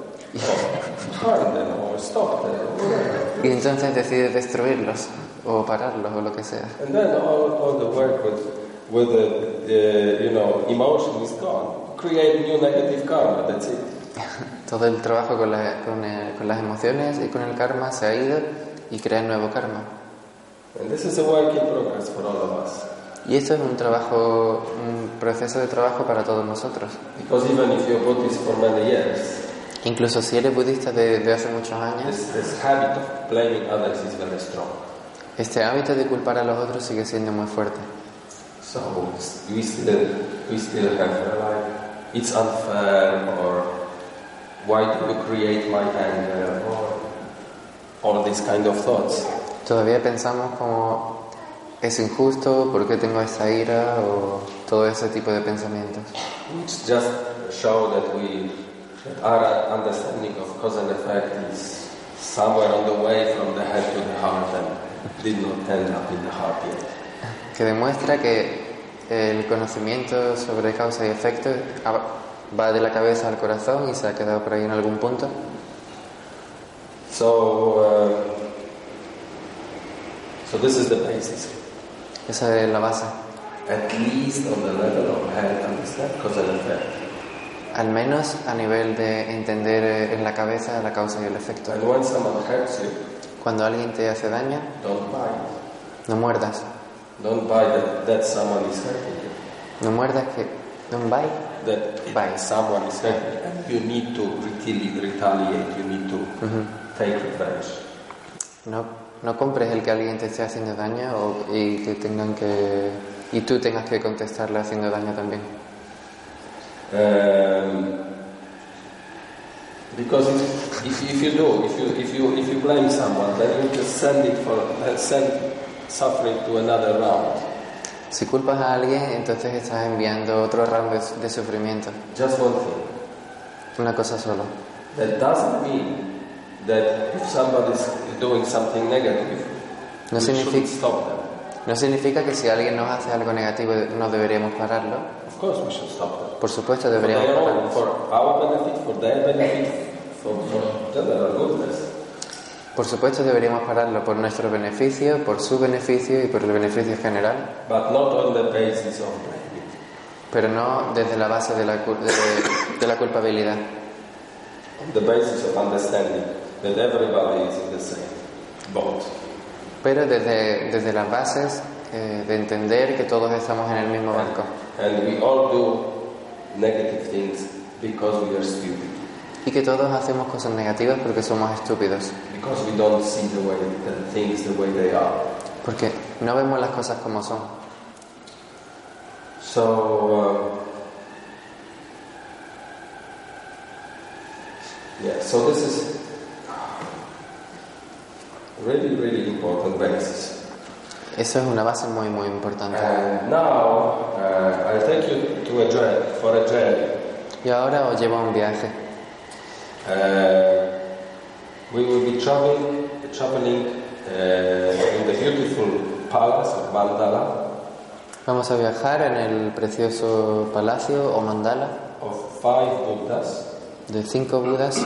Or harm them or stop them or whatever. Y entonces decides destruirlos o pararlos o lo que sea. And then all, all the work with with the, the you know emotion is gone. Create new negative karma, that's it. Todo el trabajo con, la- con el- con las emociones y con el karma se ha ido y crea nuevo karma. And this is a work in progress for all of us. Y esto es un trabajo, un proceso de trabajo para todos nosotros. Because even if you're Buddhist for many years, Incluso si eres budista de, de hace muchos años, this, this habit of blaming others is very strong. este hábito de culpar a los otros sigue siendo muy fuerte. So we still, we still have like, it's unfair, or why do you create my anger, or all these kind of thoughts. Todavía pensamos como es injusto, por qué tengo esta ira o todo ese tipo de pensamientos. Which just show that we, that our understanding of cause and effect is somewhere on the way from the head to the heart and did not end up in the heart yet. Que demuestra que el conocimiento sobre causa y efecto a- va de la cabeza al corazón y se ha quedado por ahí en algún punto. So, um, so this is the basis. Esa es la base. At least on the level of head understand cause and effect. Al menos a nivel de entender eh, en la cabeza la causa y el efecto. And when someone hurts you, Cuando alguien te hace daño, don't bite. no muerdas. Don't bite that, that someone is hurting you. No muerdas que... No bye. That Bite. someone is hurting you. And you need to retali- retaliate. You need to take revenge. No, no compres el que alguien te esté haciendo daño o- y que tengan que... Y tú tengas que contestarle haciendo daño también. Um, because if, if, if you do, if you, if, you, if you blame someone, then you just send, it for, uh, send suffering to another round. Si culpas a alguien, entonces estás enviando otro round de, de sufrimiento. Just one thing. Una cosa solo. That doesn't mean that if somebody is doing something negative, No we shouldn't significa, stop them. no significa que si alguien nos hace algo negativo no deberíamos pararlo. Of course, we should stop them. Por supuesto For, deberíamos their pararlo. own, for our benefit, for their benefit, for, for general goodness. Por supuesto deberíamos pararlo por nuestro beneficio, por su beneficio y por el beneficio general, But not on the basis of blaming. pero no desde la base de la, cul- de- de la culpabilidad, On the basis of understanding that everybody is in the same boat. pero desde, desde las bases eh, de entender que todos estamos en el mismo barco And we all do negative things because we are stupid, y que todos hacemos cosas negativas porque somos estúpidos, because we don't see the way the things the way they are. porque no vemos las cosas como son. So um, yeah, so this is really really important basis. Eso es una base muy muy importante. And now uh, I take you to a journey for a journey. Y ahora os llevo a un viaje. Uh, we will be traveling, traveling uh, in the beautiful palace of Mandala Vamos a viajar en el precioso palacio o mandala of five Buddhas de cinco Budas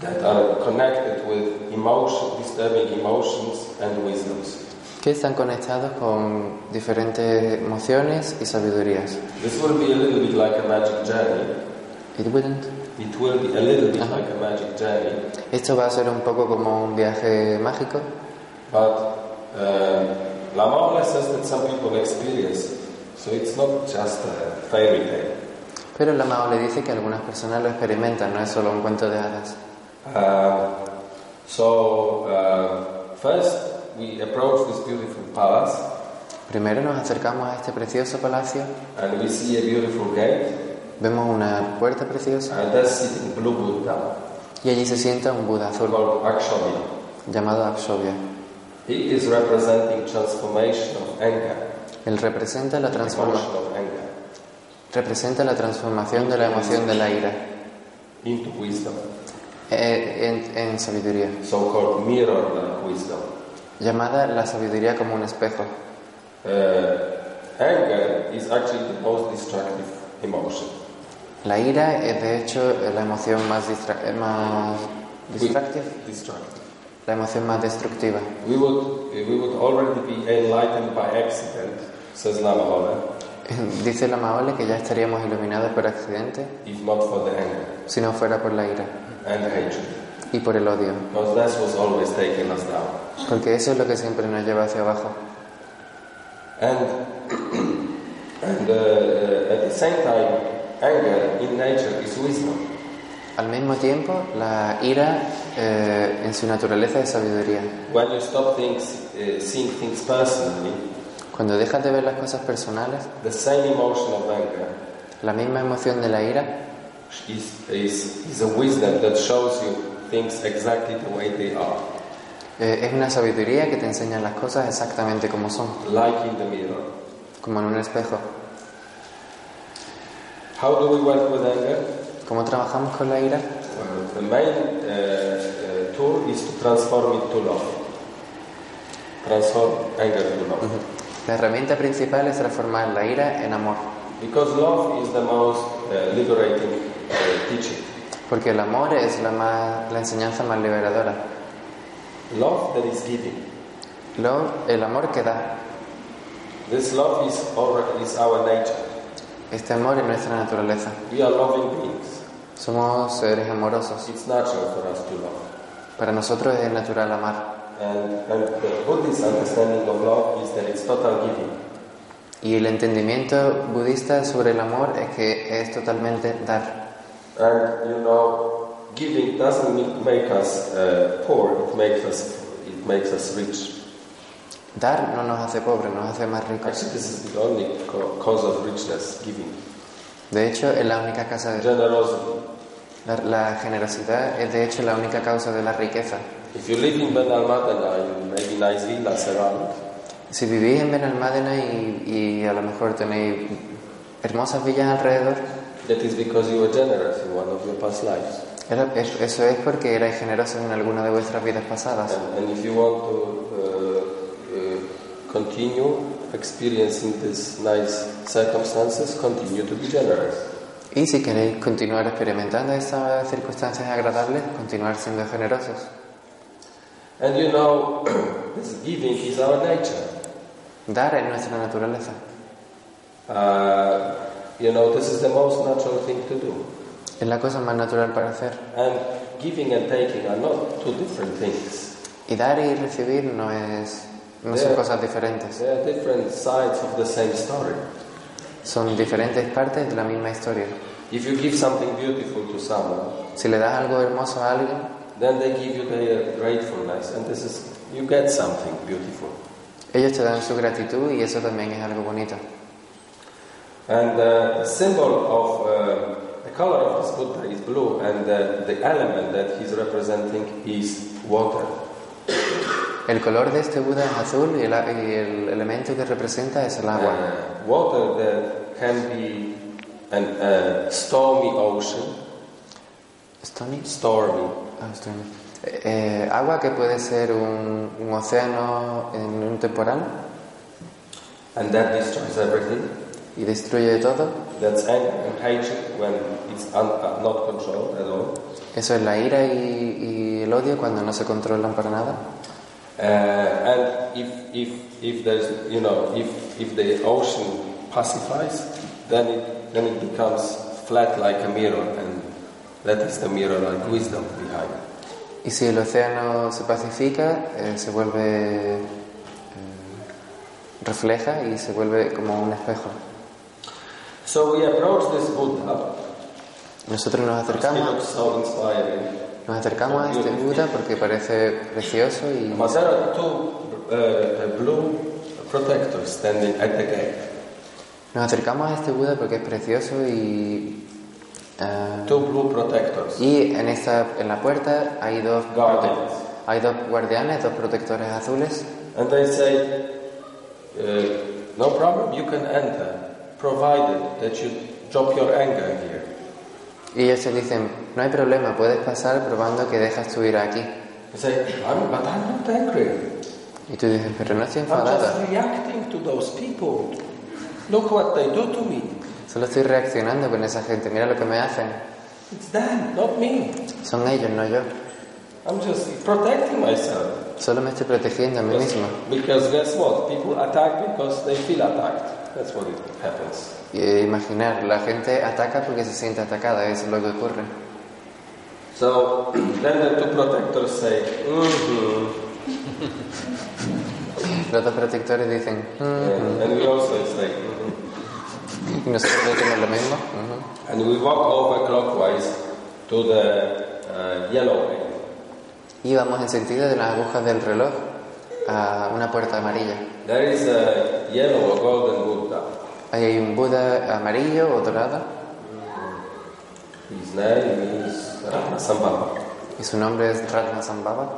that are connected with emotion, disturbing emotions and wisdoms. que están conectados con diferentes emociones y sabidurías. This will be a little bit like a magic journey. It wouldn't. It will be a little bit Uh-huh. like a magic journey, Esto va a ser un poco como un viaje mágico, but uh, Lama only says that some people experience, so it's not just a fairy tale. pero la Mao le dice que algunas personas lo experimentan, no es solo un cuento de hadas. Um, so uh, first we approach this beautiful palace Primero nos acercamos a este precioso palacio, and we see a beautiful gate vemos una puerta preciosa and there's sitting blue Buddha y allí se sienta un Buda azul called Akshobhi. llamado Akshobhya. He is representing transformation of anger, Él representa la, transformation transforma- of anger representa la transformación de la emoción de la ira. into wisdom, Eh, en, en sabiduría, so-called mirror-like wisdom. llamada la sabiduría como un espejo. Uh, anger is actually the most destructive emotion. La ira es de hecho la emoción más, distra eh, más distractive, Destructive. la emoción más destructiva. We would, we would already be enlightened by accident, says Lama Holler. Dice la Maole que ya estaríamos iluminados por accidente if not for the anger si no fuera por la ira and hatred, y por el odio, because that was always taking us down. porque eso es lo que siempre nos lleva hacia abajo. And, and uh, uh, at the same time, anger in nature is wisdom. Al mismo tiempo, la ira eh, en su naturaleza es sabiduría. When you stop things, uh, seeing things personally, Cuando dejas de ver las cosas personales, the same emotion of anger la misma emoción de la ira is, is, is a wisdom that shows you things exactly the way they are, Eh, es una sabiduría que te enseña las cosas exactamente como son, like in the mirror. como en un espejo. How do we work with anger? ¿Cómo trabajamos con la ira? Well, the main uh, uh, tool is to transform it to love. Transform anger to love. La herramienta principal es transformar la ira en amor, Because love is the most uh, liberating uh, teaching. porque el amor es la, más- la enseñanza más liberadora. Love that is giving. Lo- el amor que da, This love is our, is our nature. este amor es nuestra naturaleza. We are loving beings. Somos seres amorosos. It's natural for us to love. Para nosotros es natural amar. And, and the Buddhist understanding of love is that it's total giving. Y el entendimiento budista sobre el amor es que es totalmente dar. And you know, giving doesn't ma- make us uh, poor. It makes us it makes us rich. Dar no nos hace pobres, nos hace más ricos. Actually, this is the only co- cause of richness: giving. De hecho, es la única casa de... generosity. La, la generosidad es de hecho la única causa de la riqueza. If you live in Benalmádena, in maybe nice villas around, Si vivís en Benalmádena y, y a lo mejor tenéis hermosas villas alrededor, that is because you were generous in one of your past lives. era- es- eso es porque erais generosos en alguna de vuestras vidas pasadas. And, and if you want to uh, uh, continue experiencing these nice circumstances, continue to be generous. Y si queréis continuar experimentando esas circunstancias agradables, continuar siendo generosos. And you know, this giving is our nature. Dar es nuestra naturaleza. Uh, you know, this is the most natural thing to do. Es la cosa más natural para hacer. And giving and taking are not two different things. Y dar y recibir no, es, no son Yeah. cosas diferentes. They are different sides of the same story. Son diferentes partes de la misma historia. If you give something beautiful to someone, Si le das algo hermoso a alguien, then they give you their gratefulness, and this is you get something beautiful. ellos te dan su gratitud y eso también es algo bonito. And uh, the symbol of uh, the color of this Buddha is blue, and uh, the element that he's representing is water. El color de este Buda es azul y el, a- y el elemento que representa es el agua. Uh, water that can be an uh, stormy ocean, ¿Stony? stormy, Ah, Stony. Eh, eh, agua que puede ser un, un océano en un temporal and that destroys everything. y destruye todo. That's anger and hatred when it's un- uh, not controlled at all. Eso es la ira y, y el odio cuando no se controlan para nada. Uh, and if, if, if there's, you know, if, if the ocean pacifies, then it, then it becomes flat like a mirror, and that is the mirror like wisdom behind. Y si el océano se pacifica, eh, se vuelve... eh, refleja y se vuelve como un espejo. So we approach this Buddha. Nosotros nos He acercamos, looks so inspiring. nos acercamos a este Buda porque parece precioso y But there are two uh, uh, blue protectors standing at the gate. Nos acercamos a este Buda porque es precioso y. ah, Two blue protectors. y en, esta, en la puerta hay dos, Guardians. prote- hay dos guardianes, dos protectores azules. And they say, uh, no problem, you can enter, provided that you drop your anger here. Y ellos te dicen: No hay problema, puedes pasar probando que dejas tu ira aquí. You say, I'm, but I'm not angry. Y tú dices: Pero no estoy I'm enfadada, just reacting to those people. Look what they do to me. solo estoy reaccionando con esa gente, mira lo que me hacen. It's them, not me. Son ellos, no yo. I'm just protecting myself. Solo me estoy protegiendo a mí Pues mismo. Because guess what? People attack because they feel attacked. That's what it happens. Y, eh, imaginar, la gente ataca porque se siente atacada, eso es lo que ocurre. So then the two protectors say, mm-hmm. Los dos protectores dicen: "Mm", And we also say, mm-hmm. y nosotros decimos lo mismo. ujú. And we walk over clockwise to the uh, yellow gate. Íbamos en sentido de las agujas del reloj a una puerta amarilla. There is a yellow or golden Buddha. Ahí hay un Buda amarillo o dorado His name is Ratnasambhava. y su nombre es Ratna Sambhava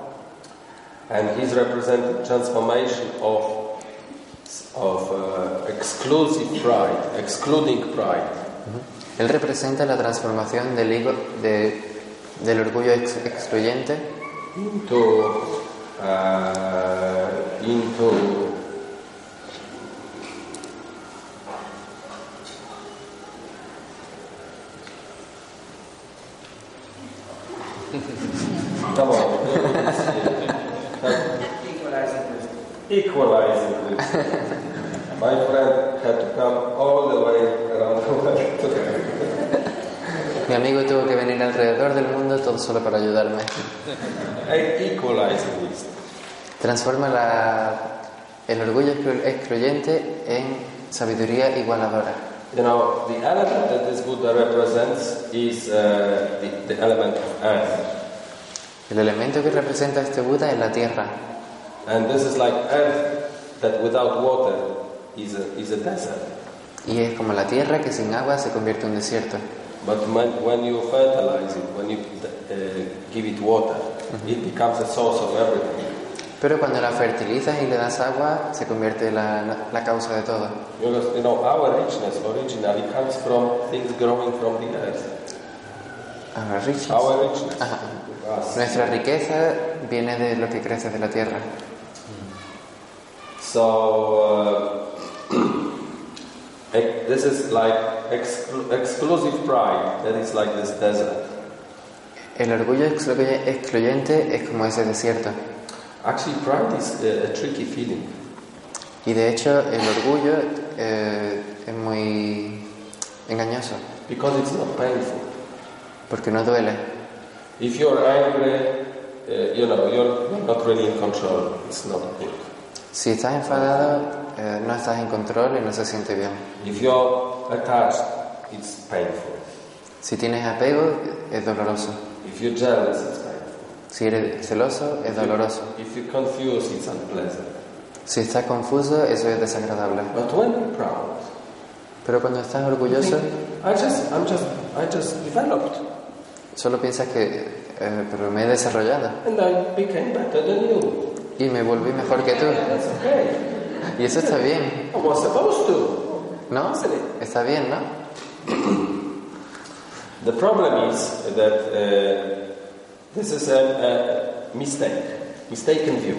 And he's representing transformation of, of uh, exclusive pride, excluding pride. Él representa la transformación del, ego, de- del orgullo ex- excluyente into uh, into Come on. Equalizing wisdom. Equalizing this. My friend had to come all the way around the world to help. Mi amigo tuvo que venir alrededor del mundo todo solo para ayudarme. Equalizing this. Transforma la- el orgullo exclu- excluyente en sabiduría igualadora. You know, the element that this Buddha represents is uh, the, the element of earth. El elemento que representa este Buda es la tierra, And this is like earth that without water is a, is a desert. Y es como la tierra que sin agua se convierte en desierto. But when, when you fertilize it, when you uh, give it water, it becomes a source of everything. Pero cuando la fertilizas y le das agua, se convierte la, la causa de todo. Because you know our richness originally comes from things growing from the earth. Ahora, Richie. Our richness, Ajá. us. Nuestra riqueza viene de lo que crece de la tierra. So uh, ex- this is like exclu- exclusive pride. That is like this desert. El orgullo exclu- excluyente es como ese desierto. Actually, pride is a, a tricky feeling. Y de hecho el orgullo eh, es muy engañoso, Because it's not painful. porque no duele. If you're angry, uh, you know, you're not really in control. It's not good. Si estás enfadado, eh, no estás en control y no se siente bien. If you're attached, it's painful. Si tienes apego, es doloroso. If you're jealous, it's painful. Si eres celoso, es doloroso. If you're confused, it's unpleasant. Si estás confuso, eso es desagradable. But when you're proud, Pero cuando estás orgulloso, I just, I'm just, I just developed, solo piensas que, eh, pero me he desarrollado and I became better than you. y me volví mejor que tú. That's okay. Y eso está bien, I was supposed to. ¿no? Está bien, ¿no? The problem is that uh, this is a, a mistake, mistaken view.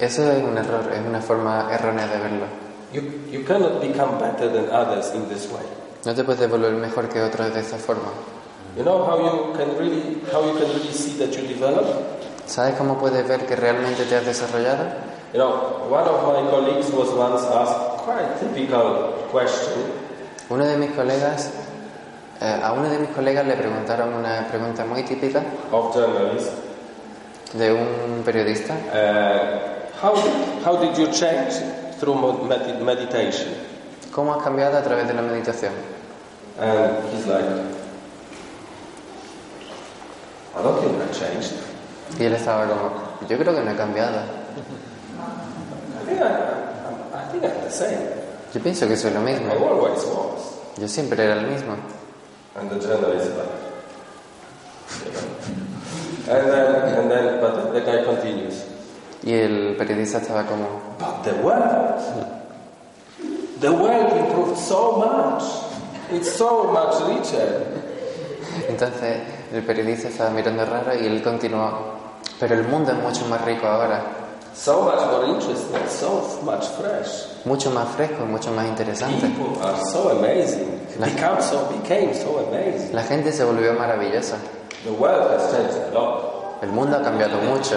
Eso es un error, es una forma errónea de verlo. You, you cannot become better than others in this way. No te puedes volver mejor que otros de esta forma. You know how you can really how you can really see that you develop. ¿Sabes cómo puedes ver que realmente te has desarrollado? You know, one of my colleagues was once asked quite a typical question. Uno de mis colegas, eh, a uno de mis colegas le preguntaron una pregunta muy típica of journalists. de un periodista. Uh, how how did you change through mo- med- meditation? ¿Cómo has cambiado a través de la meditación? And he's like, I don't think I changed. Y él estaba como, yo creo que no he cambiado. I think I, I, I think I'm the same. Yo pienso que soy lo mismo. I always was. Yo siempre era el mismo. and the journalist like, you know. and then and then but the guy continues Y el periodista estaba como, but the world the world improved so much it's so much richer Entonces el periodista estaba mirando raro y él continuó, pero el mundo es mucho más rico ahora, so much more interesting so much fresh mucho más fresco, mucho más interesante. people are so amazing become so became so amazing La gente se volvió maravillosa, the world has changed a lot el mundo ha cambiado mucho.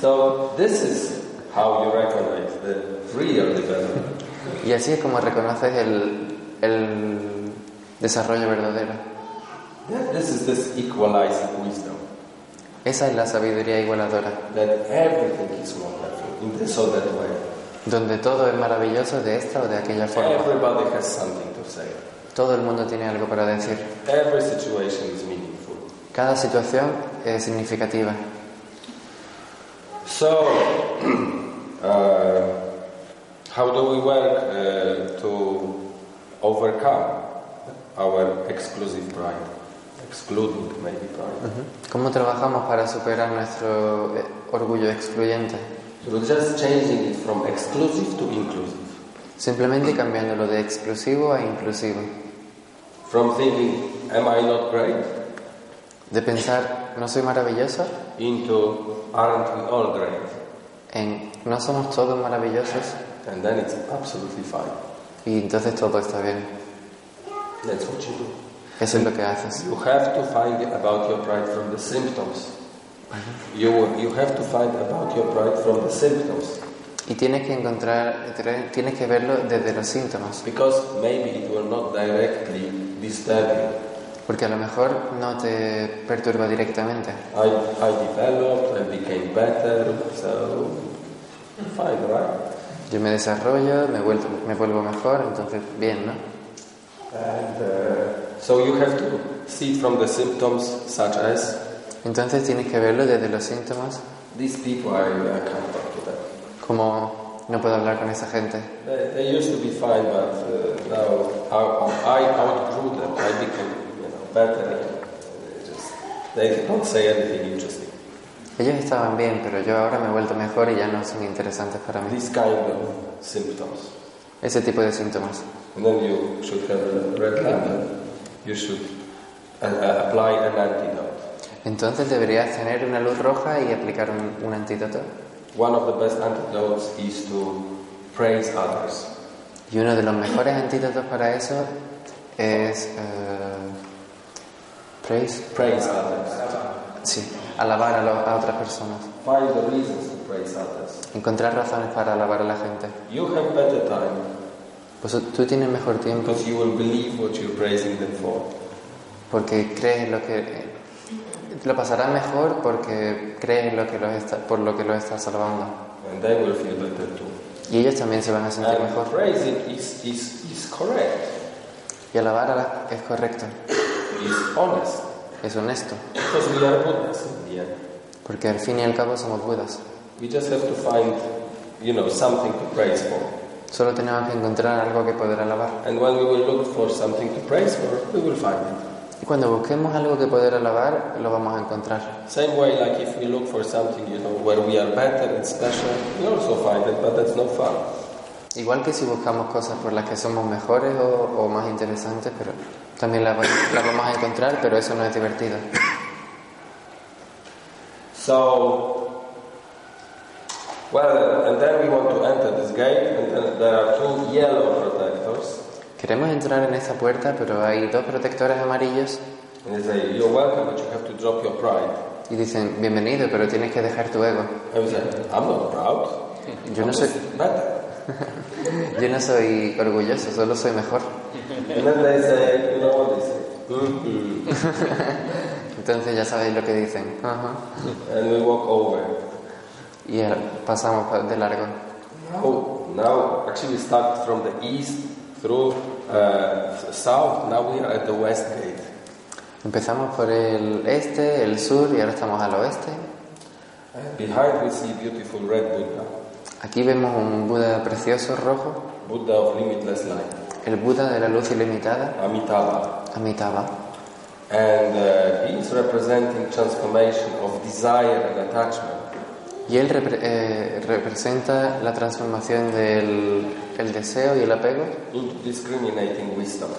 so this is how you recognize the real development Y así es como reconoces el, el desarrollo verdadero. this is this equalizing wisdom Esa es la sabiduría igualadora, that everything is wonderful in this or that way. donde todo es maravilloso de esta o de aquella forma. Everybody has something to say. Todo el mundo tiene algo para decir. Every situation is meaningful. Cada situación es significativa. So, uh, how do we work uh, to overcome our exclusive pride? Excluding maybe pride. ¿Cómo trabajamos para superar nuestro eh, orgullo excluyente? So just changing it from exclusive to inclusive. Simplemente cambiándolo de exclusivo a inclusivo. From thinking, am I not great? De pensar, ¿no soy maravilloso? into, aren't we all great? En, ¿no somos todos maravillosos? And then it's absolutely fine. Y entonces todo está bien. That's what you do. Eso es lo que haces. You have to find about your pride from the symptoms. You, you have to find about your pride from the symptoms Y tienes que encontrar, tre- tienes que verlo desde los síntomas. because maybe it will not directly disturb you. Porque a lo mejor no te perturba directamente. I, I developed, I became better, so fine, right? Yo me desarrollo, me vuelvo, me vuelvo mejor, entonces bien, ¿no? And uh, so you have to see from the symptoms, such as Entonces tienes que verlo desde los síntomas these people, I, I can't talk to them. como No puedo hablar con esa gente. They, they used to be fine, but uh, now I, I outgrew them. I became you know, better. And they, just, they don't say anything interesting. Ellos estaban bien, pero yo ahora me he vuelto mejor y ya no son interesantes para mí. These kind of symptoms. Ese tipo de síntomas. And then you should have a red lamp. You should uh, uh, apply an antidote. Entonces deberías tener una luz roja y aplicar un, un antídoto. One of the best antidotes is to praise others. Y uno de los mejores antídotos para eso es... eh, praise. Praise others. Sí, alabar a, lo- a otras personas. Find the reasons to praise others. Encontrar razones para alabar a la gente. You have better time Pues tú tienes mejor tiempo because you will believe what you're praising them for. porque crees en lo que... Lo pasarás mejor porque crees en lo que los está- por lo que los estás salvando. And they will feel better too. Y ellos también se van a sentir And mejor. praising is, is, is correct, Y alabar a la- es correcto, is honest. es honesto, Because we are Buddhas in the end. porque al fin y al cabo somos budas. We just have to find, you know, something to praise for. Solo tenemos que encontrar algo que poder alabar. And when we will look for something to praise for, we will find it. Y cuando busquemos algo que poder alabar, lo vamos a encontrar. Same way, like if we look for something, you know, where we are better and special, we also find it, but that's no fun. Igual que si buscamos cosas por las que somos mejores o, o más interesantes, pero también las va- las vamos a encontrar, pero eso no es divertido. So, well, and then we want to enter this gate, and then there are two yellow protectors, Queremos entrar en esta puerta, pero hay dos protectores amarillos and they say, "You're welcome, but you have to drop your pride." y dicen, bienvenido, pero tienes que dejar tu ego. I was like, "I'm not proud. Yo I'm no soy, just better." yo no soy orgulloso, solo soy mejor. And then they say, "You know what they say?" Mm-hmm. Entonces ya sabéis lo que dicen. Ajá. And we walk over. Y ahora pasamos pa- de largo. Now, now actually, we start from the east through uh, s- south. Now we are at the west gate. Empezamos por el este, el sur y ahora estamos al oeste. And behind, we see beautiful red Buddha, Aquí vemos un Buda precioso rojo, Buddha of limitless light, el Buda de la luz ilimitada, Amitabha, Amitabha. and uh, he is representing transformation of desire and attachment. Y él repre- eh, representa la transformación del el deseo y el apego Into discriminating wisdom.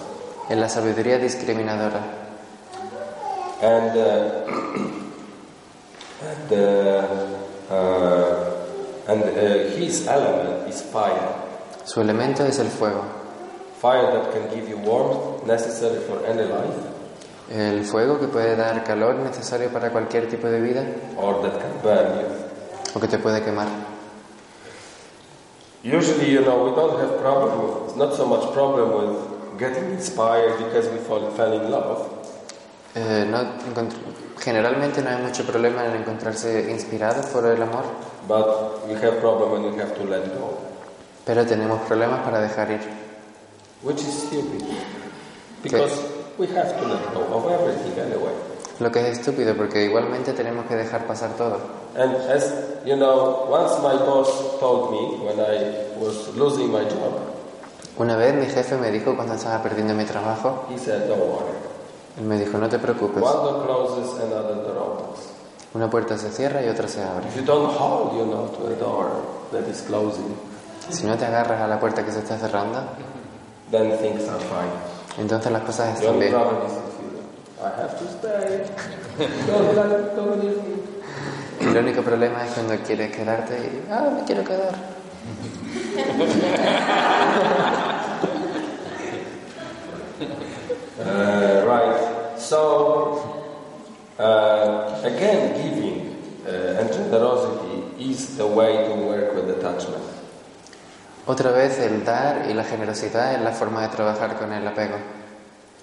en la sabiduría discriminadora. And uh, and, uh, uh, and uh, his element is fire. Su elemento es el fuego. Fire that can give you warmth necessary for any life, El fuego que puede dar calor necesario para cualquier tipo de vida or that can burn you. o que te puede quemar. Usually, you know, we don't have problem with, not so much problem with getting inspired because we fall, fell in love. Eh, no encont- generalmente no hay mucho problema en encontrarse inspirados por el amor, But we have problem when we have to let go, pero tenemos problemas para dejar ir, which is stupid. Because we have to let go of everything anyway. lo que es estúpido porque igualmente tenemos que dejar pasar todo. And as you know, once my boss told me when I was losing my job, Una vez mi jefe me dijo cuando estaba perdiendo mi trabajo, he said, "Don't worry. él me dijo no te preocupes, One door closes, another door opens." una puerta se cierra y otra se abre. If you don't hold, you know, to a door that is closing, Si no te agarras a la puerta que se está cerrando, then things are fine. entonces las cosas The están only bien. problem is if you, I have to stay. don't let, don't leave me. El único problema es cuando quieres quedarte y, ah, me quiero quedar. Uh, right. So, uh, again, giving uh, and generosity is the way to work with attachment. Otra vez el dar y la generosidad es la forma de trabajar con el apego.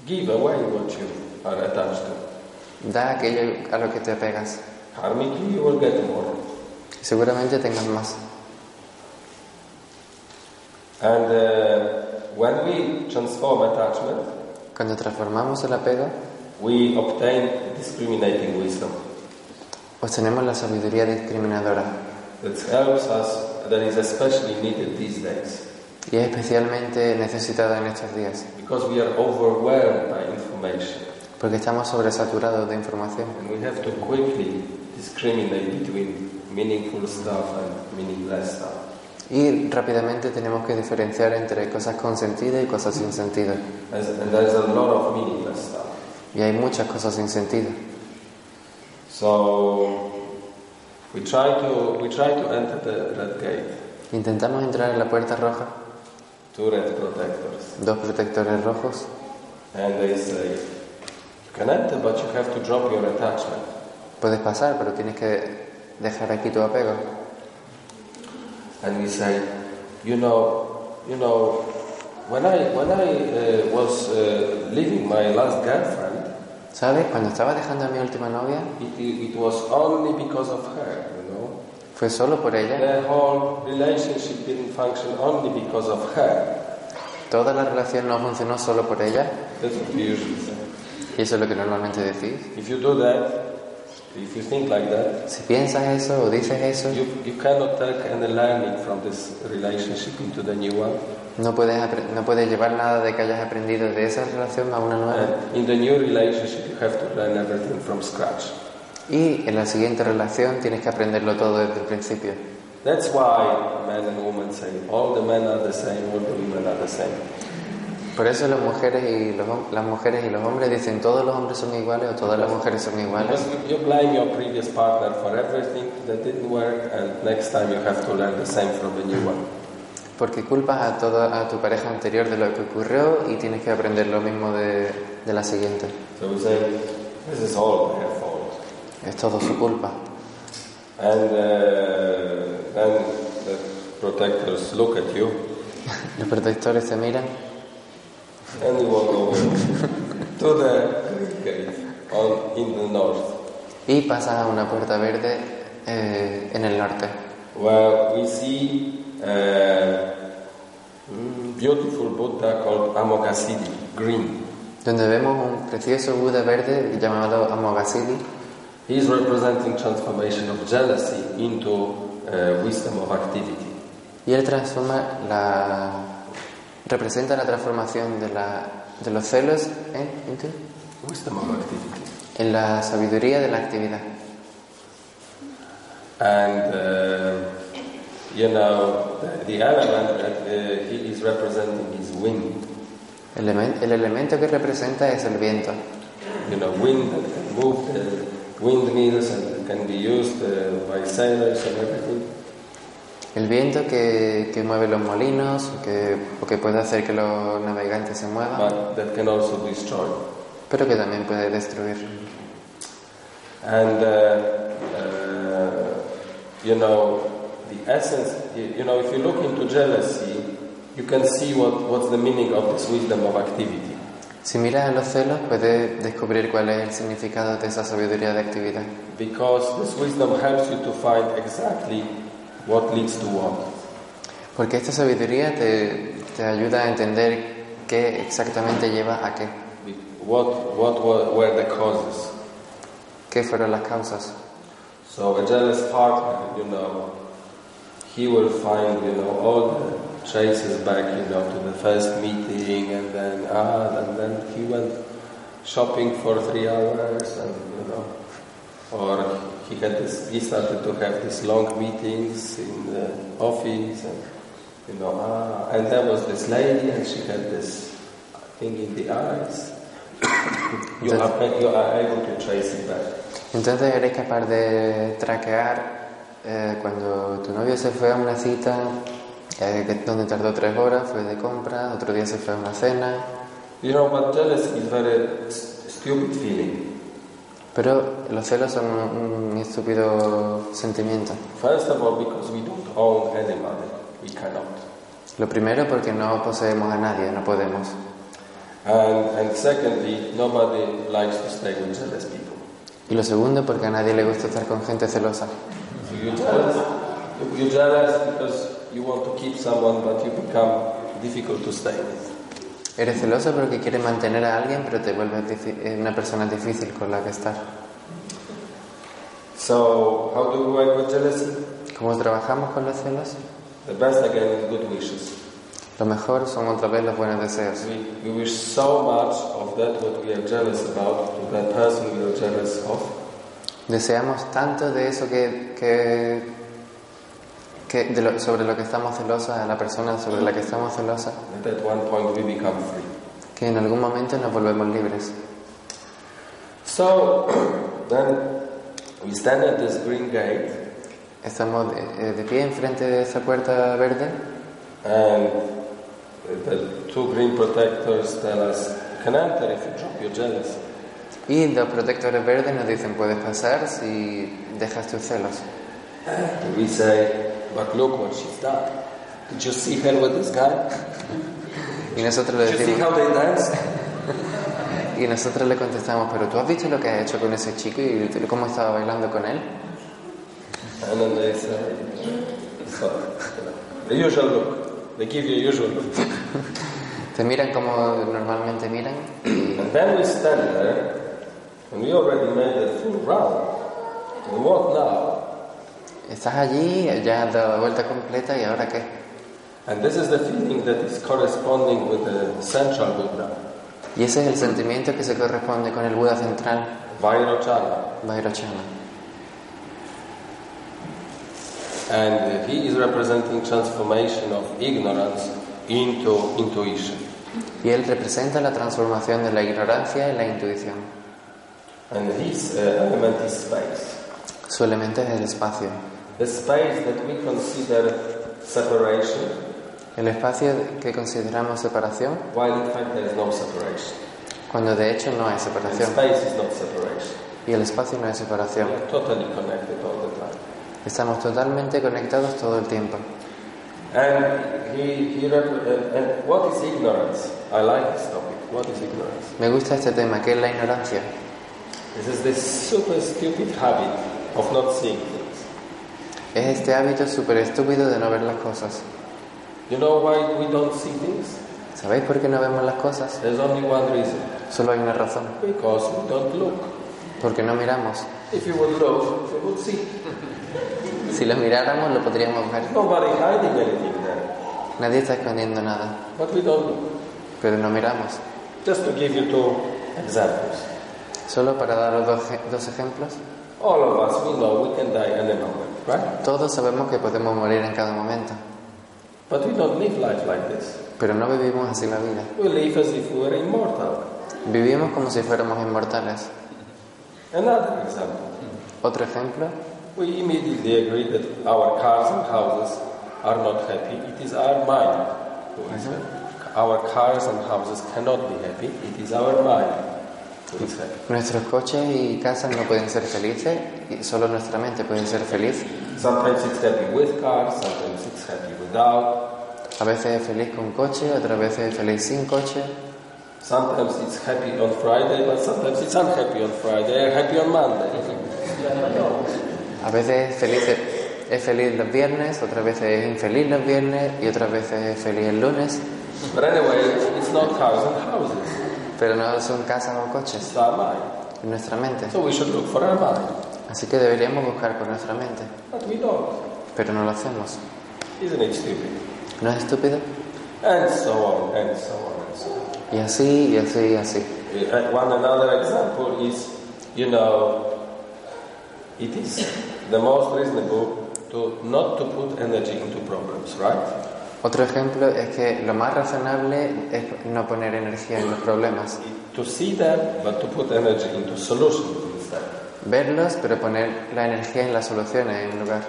Give away what you are attached to. Da aquello a lo que te apegas. Karmically, you will get more. Seguramente tengas más. And uh, when we transform attachment, Cuando transformamos el apego, we obtain discriminating wisdom. pues obtenemos la sabiduría discriminadora, that helps us that is especially needed these days y es especialmente necesitada en estos días, because we are overwhelmed by information porque estamos sobresaturados de información and we have to quickly discriminate between meaningful stuff and meaningless stuff. y rápidamente tenemos que diferenciar entre cosas con sentido y cosas sin sentido. As, and there's a lot of meaningless stuff. Y hay muchas cosas sin sentido. So we try to we try to enter the red gate, Intentamos entrar en la puerta roja, two red protectors, dos protectores rojos, and they say you can enter, but you have to drop your attachment. puedes pasar, pero tienes que dejar aquí tu apego. And we say, you know, you know, when I when I uh, was uh, leaving my last girlfriend, ¿Sabes? Cuando estaba dejando a mi última novia, it, it, it was only because of her, you know. fue solo por ella. The whole relationship didn't function only because of her. Toda la relación no funcionó solo por ella. That's what we usually say. Y eso es lo que normalmente decís. If you do that, if you think like that, Si piensas eso o dices eso, you, you cannot take any learning from this relationship into the new one. no puedes, apre- no puedes llevar nada de que hayas aprendido de esa relación a una nueva. And in the new relationship, you have to learn everything from scratch. Y en la siguiente relación tienes que aprenderlo todo desde el principio. That's why men and women say all the men are the same, all the women are the same. Por eso las mujeres y los, hom- las mujeres y los hombres dicen todos los hombres son iguales o todas las mujeres son iguales. Because you- you blame your previous partner for everything that didn't work, and next time you have to learn the same from the new one. Porque culpas a toda a tu pareja anterior de lo que ocurrió y tienes que aprender lo mismo de, de la siguiente. So we say, this is all their fault. Es todo su culpa. And uh, then the protectors look at you Los protectores te miran and you walk over to the gate on, in the north, y pasas a una puerta verde eh, en el norte, where we see a beautiful Buddha called Amoghasiddhi, green. donde vemos un precioso Buda verde llamado Amoghasiddhi, He is representing transformation of jealousy into uh, wisdom of activity. y él transforma la representa la transformación de, la, de los celos en- ¿en qué? Wisdom of activity. en la sabiduría de la actividad. And uh, you know, the, the element that uh, he is representing is wind. Elemen- el elemento que representa es el viento, You know, wind that can move the windmills and can be used uh, by sailors and everything. el viento que, que mueve los molinos o que, o que puede hacer que los navegantes se muevan, But that can also destroy. pero que también puede destruir. And uh, uh, you know, the essence. You, you know, if you look into jealousy, you can see what, what's the meaning of this wisdom of activity. Si miras a los celos puedes descubrir cuál es el significado de esa sabiduría de actividad, Because this wisdom helps you to find exactly what leads to what. porque esta sabiduría te, te ayuda a entender qué exactamente lleva a qué, What, what were, were the causes? qué fueron las causas. So a jealous partner, you know, he will find, you know, all the traces back, you know, to the first meeting and then, ah, and then he went shopping for three hours and, you know, or he had this, he started to have these long meetings in the office and, you know, ah, and there was this lady and she had this thing in the eyes. you, are, you are able to trace it back. Entonces eres capaz de traquear eh, cuando tu novio se fue a una cita eh, que- donde tardó tres horas, fue de compra, otro día se fue a una cena, You know, but jealousy is very s- stupid feeling. pero los celos son un, un estúpido sentimiento. First of all, because we don't own anybody, we cannot. Lo primero porque no poseemos a nadie, no podemos. And, and secondly, nobody likes to stay with jealous people. Y lo segundo porque a nadie le gusta estar con gente celosa. So you're jealous. you- You're jealous because you want to keep someone, but you become difficult to stay with. Eres celoso porque quieres mantener a alguien, pero te vuelves difi- eh, una persona difícil con la que estar. So how do we work with jealousy? ¿Cómo trabajamos con los celos? The best again is good wishes. Lo mejor son otra vez los buenos deseos. We, we wish so much of that what we are jealous about to that person we are jealous of. Deseamos tanto de eso que, que, que de lo- sobre lo que estamos celosos, a la persona sobre la que estamos celosos, That at one point we become free. que en algún momento nos volvemos libres. So then we stand at this green gate Estamos de, eh, de pie enfrente de esa puerta verde and the two green protectors tell us, you can enter if you drop your jealousy. y dos protectores verdes nos dicen puedes pasar si dejas tus celos. And we say, but look what she's done. Did you see her with this guy? Y nosotros le Did you see decimos, how they danced? y nosotros le contestamos, pero tú has visto lo que has hecho con ese chico y tú- cómo estaba bailando con él. And then they say, so, the usual look. They give you usual look. Te miran como normalmente miran y And then we stand there, and we already made a full round. And what now? estás allí, ya has dado la vuelta completa y ahora qué. And this is the feeling that is corresponding with the central Buddha, Y ese es el sentimiento que se corresponde con el Buda central, Vairocana. Bhairachana. And he is representing transformation of ignorance into intuition. Y él representa la transformación de la ignorancia en la intuición. And his uh, element is space. Su elemento es el espacio. The space that we consider separation, El espacio que consideramos separación, while in fact there is no separation. cuando de hecho no hay And separación. space is not separation. Y el espacio no es We separación. are totally connected all the time. Estamos totalmente conectados todo el tiempo. And he, he rep- and, and what is ignorance? I like this topic. What is ignorance? Me gusta este tema, que es la ignorancia. This is this super stupid habit of not seeing things. Es este hábito súper estúpido de no ver las cosas. You know why we don't see things? ¿Sabéis por qué no vemos las cosas? There's only one reason. Solo hay una razón, Because we don't look. porque no miramos. If you would look, you would see. Si lo miráramos lo podríamos ver. Nobody hiding anything there. Nadie está escondiendo nada, But we don't look. pero no miramos. Just to give you two examples. Solo para daros dos, ej- dos ejemplos, All of us, we know we can die any moment, right? todos sabemos que podemos morir en cada momento, But we don't live life like this. pero no vivimos así la vida. We live as if we were immortal. Vivimos como si fuéramos inmortales. Another example. Otro ejemplo, We immediately agree that our cars and houses are not happy. It is our mind who is happy. Our cars and houses cannot be happy. It is our mind who is happy. nuestros coches y casas no pueden ser felices y solo nuestra mente puede ser feliz. Sometimes it's happy with cars, sometimes it's happy without. A veces es feliz con coche, otras veces es feliz sin coche. Sometimes it's happy on Friday, but sometimes it's unhappy on Friday, happy on Monday. A veces es feliz, es feliz los viernes, otras veces es infeliz los viernes y otras veces es feliz el lunes, But anyway, it's not cars and houses. pero no son casas o coches, It's our mind. es nuestra mente. So we should look for our mind. Así que deberíamos buscar por nuestra mente, But we don't. pero no lo hacemos. Isn't it stupid? ¿No es estúpido? And so on, and so on, and so on. Y así, y así, y así. Uh, One another example is, you know, it is the most reasonable to not to put energy into problems, right? Otro ejemplo es que lo más razonable es no poner energía en los problemas. To see them, but to put energy into solutions instead. Verlos, pero poner la energía en las soluciones en lugar.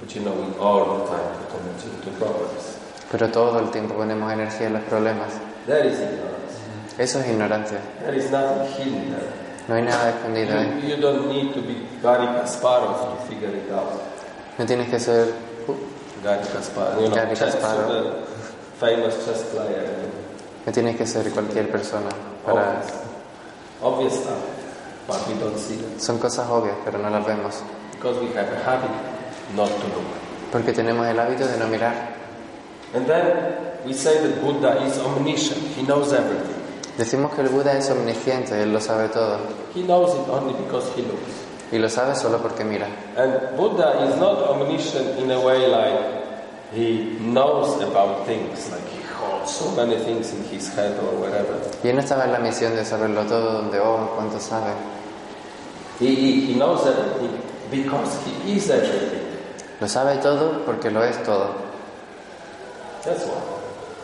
But you know, we all the time put energy into problems. Pero todo el tiempo ponemos energía en los problemas. There is ignorance. Eso es ignorancia. There is nothing hidden there. No hay nada escondido ahí. You, you don't need to be Gary Kasparov to figure it out. No tienes que ser... uh, Gary Kasparov, you know, Garry chess, Kasparov. famous chess player. no tienes que ser cualquier persona. Para... uh, Obvious stuff, but we don't see them Son cosas obvias, pero no las vemos. because we have a habit not to look. Porque tenemos el hábito de no mirar. And then we say that Buddha is omniscient. He knows everything. Decimos que el Buda es omnisciente, él lo sabe todo. He knows it only because he looks. Y lo sabe solo porque mira. And Buddha is not omniscient in a way like He knows about things, like he holds so many things in his head or whatever. Y él no estaba en la misión de saberlo todo, donde, oh, cuánto sabes. He, he, he knows everything because he is everything. Lo sabe todo porque lo es todo. That's why.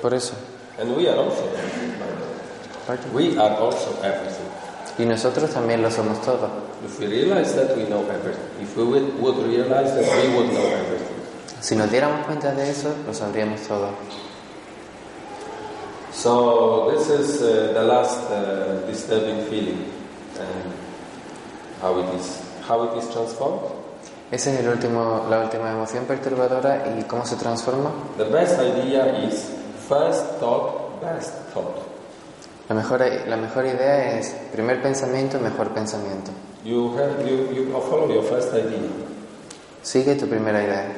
Por eso. And we are also everything. by the Pardon. way. We are also everything. Y nosotros también lo somos todos. If we realize that, we know everything. If we would, would realize that, we would know everything. Si nos diéramos cuenta de eso, lo sabríamos todo. So this is uh, the last uh, disturbing feeling, and how it is, how it is transformed. Esa es el último, la última emoción perturbadora y cómo se transforma. The best idea is first thought, best thought. La mejor, la mejor idea es primer pensamiento, mejor pensamiento. You have you, you follow your first idea, Sigue tu primera idea.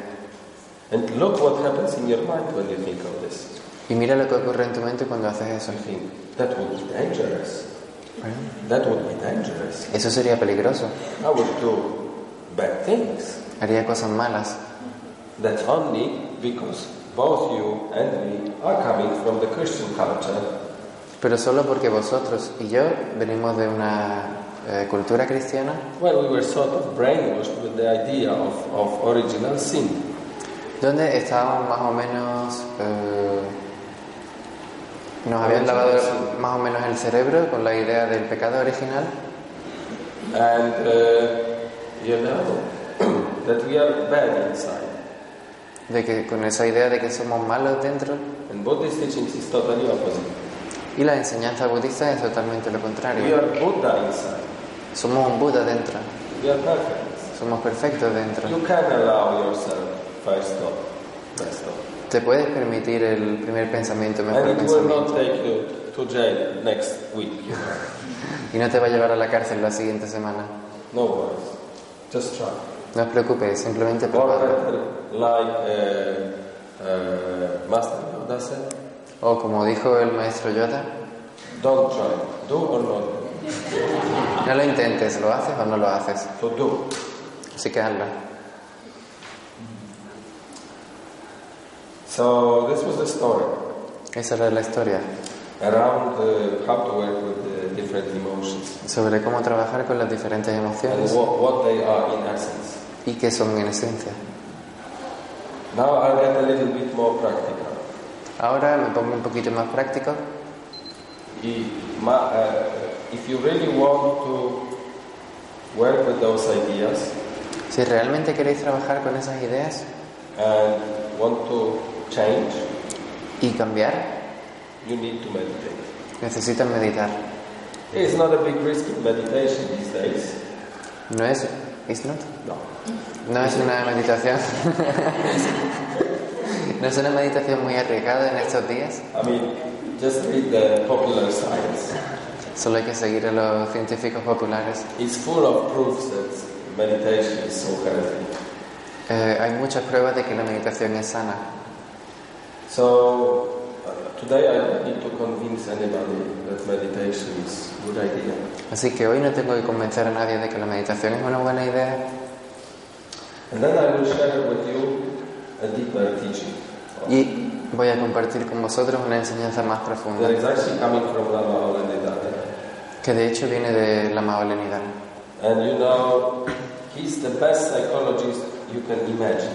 and look what happens in your mind when you think of this. Y mira lo que ocurre en tu mente cuando haces eso. You think that would be dangerous. That would be dangerous. Eso sería peligroso. I would do bad things. Haría cosas malas. That only because both you and me are coming from the Christian culture, Pero solo porque vosotros y yo venimos de una eh, cultura cristiana where we were sort of brainwashed with the idea of, of original sin. donde estábamos más o menos... eh, nos habían lavado más o menos el cerebro con la idea del pecado original and uh, you know that we are bad inside. de que con esa idea de que somos malos dentro And Buddhist teachings is totally opposite. y la enseñanza budista es totalmente lo We contrario. are Buddha inside. Somos un Buda dentro, We are perfect. somos perfectos dentro. You can allow yourself first thought, best thought, Te puedes permitir el primer pensamiento, mejor and it will pensamiento not take you to jail next week. You know. y no te va a llevar a la cárcel la siguiente semana. No worries. Just try. No os preocupéis, simplemente Or probadlo. better, like uh, uh, Master Yoda said, O como dijo el maestro Yoda, don't try. Do or not. do. no lo intentes, lo haces o no lo haces. So do. Así que hazlo. So this was the story. Esa era la historia around uh, how to work with the different emotions sobre cómo trabajar con las diferentes and emociones what, what they are in essence. y qué son en esencia. Now I'll get a little bit more practical. Ahora me pongo un poquito más práctico. If, ma- uh, if you really want to work with those ideas Si realmente queréis trabajar con esas ideas and want to change, y cambiar, you need to meditate. necesitas meditar. It's not a big risk in meditation these days. No es, it's not. No. No es una meditación. no es una meditación muy arriesgada en estos días. I mean, just read the popular science. Solo hay que seguir a los científicos populares. It's full of proofs that meditation is so healthy. Eh, hay muchas pruebas de que la meditación es sana. So uh, today I don't need to convince anybody that meditation is a good idea. Así que hoy no tengo que convencer a nadie de que la meditación es una buena idea. And then I will share with you a deeper teaching. Y voy a compartir con vosotros una enseñanza más That profunda, is actually coming from Lama Olenidata. que de hecho viene de la Maolenidad. And you know, he's the best psychologist you can imagine.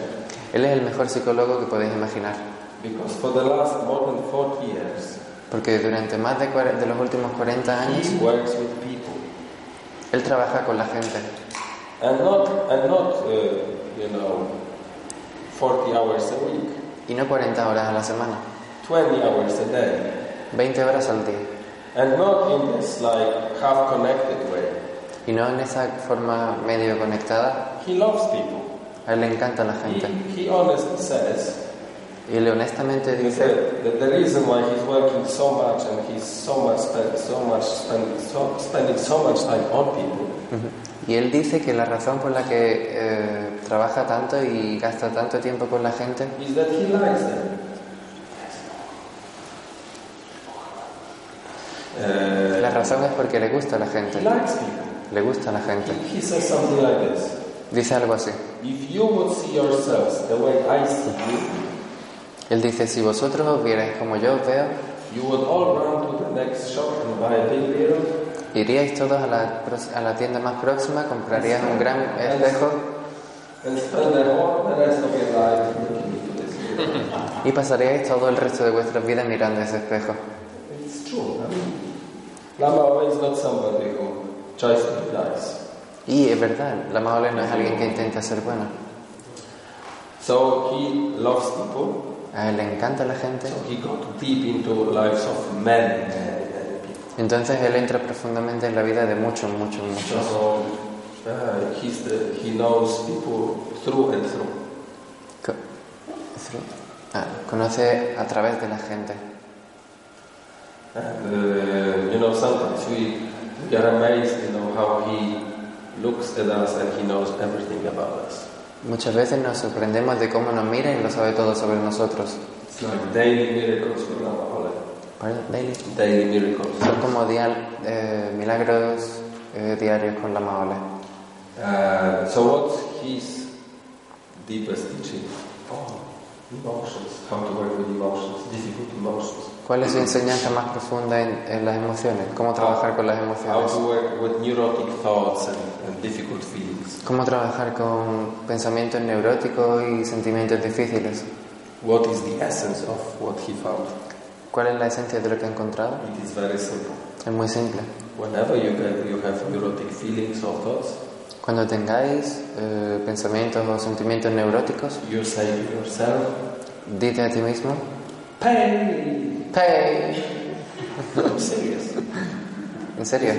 Él es el mejor psicólogo que podéis imaginar, Because for the last more than 40 years, porque durante más de, cuare- de los últimos 40 años, he works with people. él trabaja con la gente. And not, and not uh, you know, 40 hours a week, Y no 40 horas a la semana, 20 hours a day. 20 horas al día. And not in this like half connected way. Y no en esa forma medio conectada. He loves people. A él le encanta la He, gente. he honestly says Y él honestamente dice that the, the reason why he's working so much and he's so much spend, so much spend, so, spending so much time on people Y él dice que la razón por la que eh, trabaja tanto y gasta tanto tiempo con la gente is that he likes them. La Uh, razón es porque le gusta a la gente. he likes people. Le gusta a la gente. He says something like this: Dice algo así. If you would see yourselves the way I see you, Él dice, si vosotros os vierais como yo os veo, You would all run to the next shop and buy a big mirror iríais todos a la, prox- a la tienda más próxima, compraríais un gran espejo and spend the whole the rest of your life looking into this mirror. y pasaríais todo el resto de vuestras vidas mirando ese espejo. it's true. I mean, Lama Owe is not somebody who tries to be nice. Y es verdad, la Mahole no es alguien que intenta ser bueno. So he loves people. A él le encanta la gente. So he got deep into lives of men, many, many people. Entonces él entra profundamente en la vida de muchos, muchos, muchos. So uh, he's the, he knows people through and through. Co- Ah, conoce a través de la gente. And uh, you know, sometimes we get amazed, you know, how he looks at us and he knows everything about us. Muchas veces nos sorprendemos de cómo nos mira y lo sabe todo sobre nosotros. It's like daily miracles for Lama Oleg. Pardon, Daily. Daily miracles. Son como dial- eh, milagros eh, diarios con la Mahole. Uh, so what's his deepest teaching? Oh, emotions. How to work with emotions, difficult emotions. ¿Cuál es su enseñanza más profunda en, en las emociones? ¿Cómo trabajar con las How emociones? to work with neurotic thoughts and, and difficult feelings. ¿Cómo trabajar con pensamientos neuróticos y sentimientos difíciles? What is the essence of what he found? ¿Cuál es la esencia de lo que he encontrado? It is very simple. Es muy simple. Whenever you get, you have neurotic feelings or thoughts, Cuando tengáis eh, pensamientos o sentimientos neuróticos, you say to yourself, dite a ti mismo, pain. "Hey". I'm serious. En serio,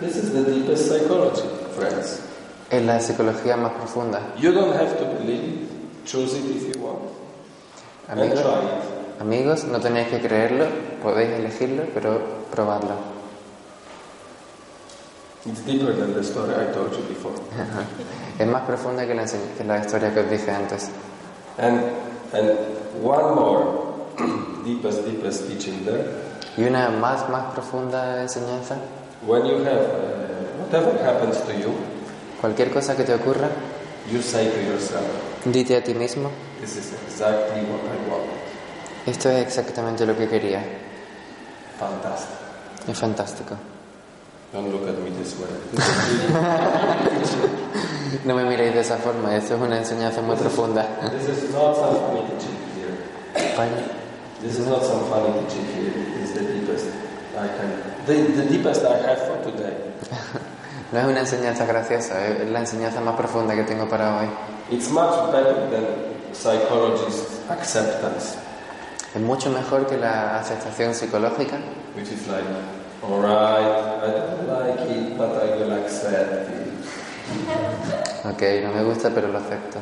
This is the deepest psychology, friends. es la psicología más profunda. You don't have to believe it. Choose it if you want. And Amigos, try it. amigos, no tenéis que creerlo, podéis elegirlo, pero probadlo. It's deeper than the story I told you before. Es más profunda que la, ense- que la historia que os dije antes. And and one more deepest, deepest teaching there. Y una más, más profunda enseñanza, When you have uh, whatever happens to you, cualquier cosa que te ocurra, you say to yourself, dite a ti mismo, "This is exactly what I want. Esto es exactamente lo que quería. Fantastic." Es fantástico. Don't look at me this way. This is really- No me miréis de esa forma, esto es una enseñanza muy profunda. this is not some funny teaching here. This is not some funny teaching here. It's the deepest I can. The, the deepest I have for today. No es una enseñanza graciosa, es la enseñanza más profunda que tengo para hoy. It's much better than psychologist acceptance, Es mucho mejor que la aceptación psicológica, which is like, all right, I don't like it, but I will accept it. ok, no me gusta pero lo acepto.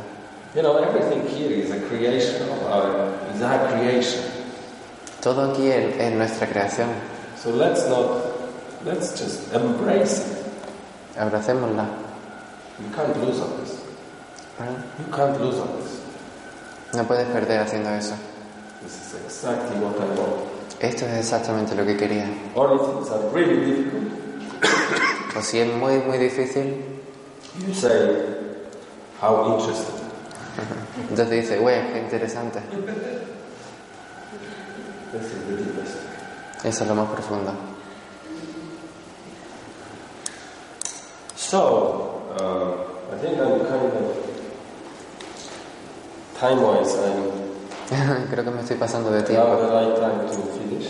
You know, everything here is a creation of our, is our creation. Todo aquí es, es nuestra creación, So let's not, let's just embrace it. abracémosla. You can't lose on this. ¿verdad? You can't lose on this. No puedes perder haciendo eso. This is exactly what I want. Esto es exactamente lo que quería. Or if things are really difficult, O si es muy, muy difícil, you say, how interesting. entonces dices, wey, qué interesante. This is the deepest. Eso es lo más profundo. So, uh, I think I'm kind of time wise, I'm Creo que me estoy pasando de now tiempo. the right time to finish.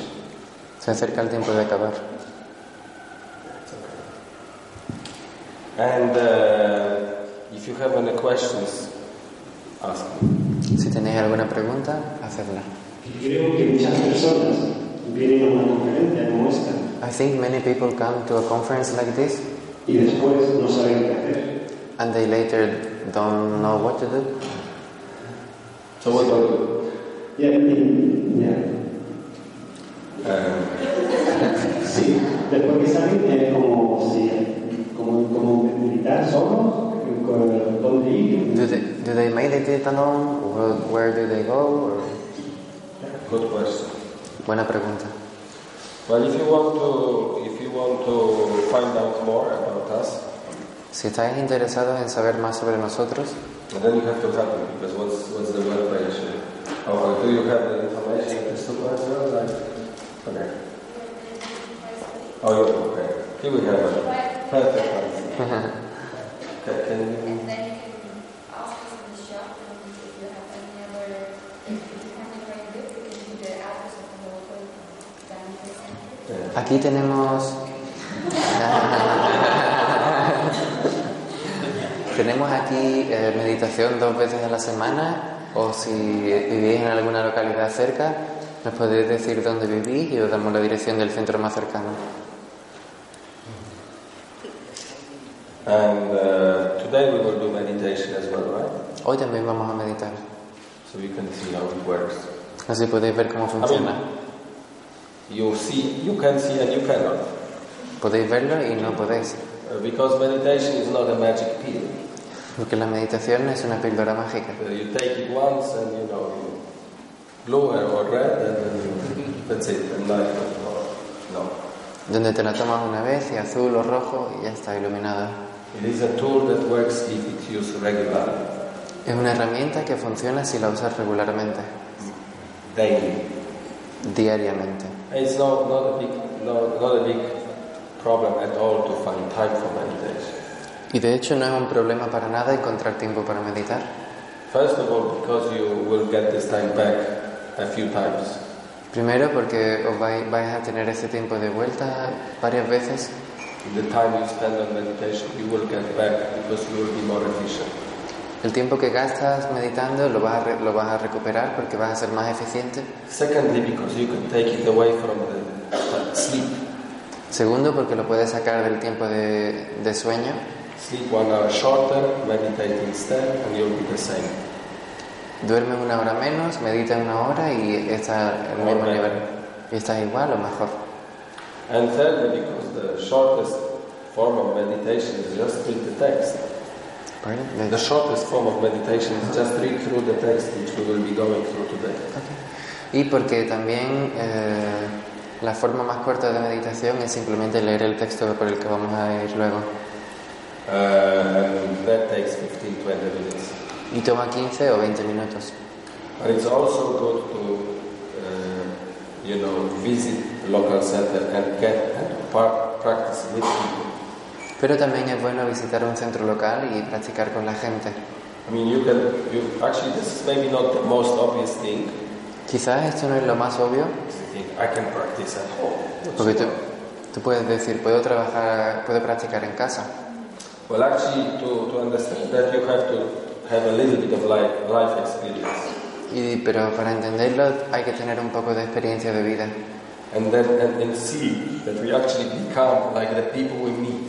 Se acerca el tiempo de acabar. And uh, if you have any questions, ask me. Si tenéis alguna pregunta, hacedla. Creo que muchas personas vienen a una conferencia como esta I think many people come to a conference like this y después no saben qué hacer. and they later don't know what to do. So what do Y a mí, ya. you do? Um, Sí, después que salen es como, si, como, como meditar solos, con- dónde ir. Do they, do they meditate alone? Or where do they go? Or- good question. Buena pregunta. Well, if you want to, if you want to find out more about us, Si estáis interesados en saber más sobre nosotros, then you have to help me because what's what's the web page? Oh, well, do you have the information at the supervisor? Like, okay. Oh, yeah, okay. Here we have it. Perfect one. Okay, can you? And then you can ask us in the shop and if you have any other, if you have any very good, you can do the address of the local family center. Yeah. Aquí tenemos. tenemos aquí eh, meditación dos veces a la semana, o si vivís en alguna localidad cerca, nos podéis decir dónde vivís y os damos la dirección del centro más cercano. And uh, today we will do meditation as well, right? Hoy también vamos a meditar. So you can see how it works. Así podéis ver cómo funciona. You see, you can see and you cannot. Podéis verlo y no podéis. Uh, because meditation is not a magic pill. Porque la meditación es una píldora mágica. Uh, you take it once and you know, you blue or red and then you, that's it. And life goes on. No. Donde te la tomas una vez y azul o rojo y ya está iluminada. It is a tool that works if it's used regularly, Es una herramienta que funciona si la usas regularmente, daily. diariamente. It's not, not a big, no, not a big problem at all to find time for meditation. Y de hecho no es un problema para nada encontrar tiempo para meditar. First of all, because you will get this time back a few times. Primero porque os vais, vais a tener ese tiempo de vuelta varias veces The time you spend on meditation, you will get back because you will be more efficient. El tiempo que gastas meditando lo vas, a re- lo vas a recuperar porque vas a ser más eficiente. Secondly, because you can take it away from the uh, sleep. Segundo, porque lo puedes sacar del tiempo de, de sueño. Sleep one hour shorter, meditate instead, and you'll be the same. Duermes una hora menos, medita una hora y estás al mismo Ok. nivel. Y estás igual o mejor. And thirdly, because the shortest form of meditation is just read the text. Pardon? The shortest form of meditation is just read through the text which we will be going through today. Y porque también eh, la forma más corta de meditación es simplemente leer el texto por el que vamos a ir luego. Uh, and that takes 15 20 minutes. Y toma 15 o 20 minutos. But it's also good to, uh, you know, visit local center and get and par- practice with people. Pero también es bueno visitar un centro local y practicar con la gente. I mean, you can, you actually, this is maybe not the most obvious thing. Quizás esto no es lo más obvio, You think, I can practice at home. porque tú, tú puedes decir, puedo trabajar, puedo practicar en casa. Well, actually, to, to understand that, you have to have a little bit of life, life experience. Y, pero para entenderlo hay que tener un poco de experiencia de vida And then and, and see that we actually become like the people we meet.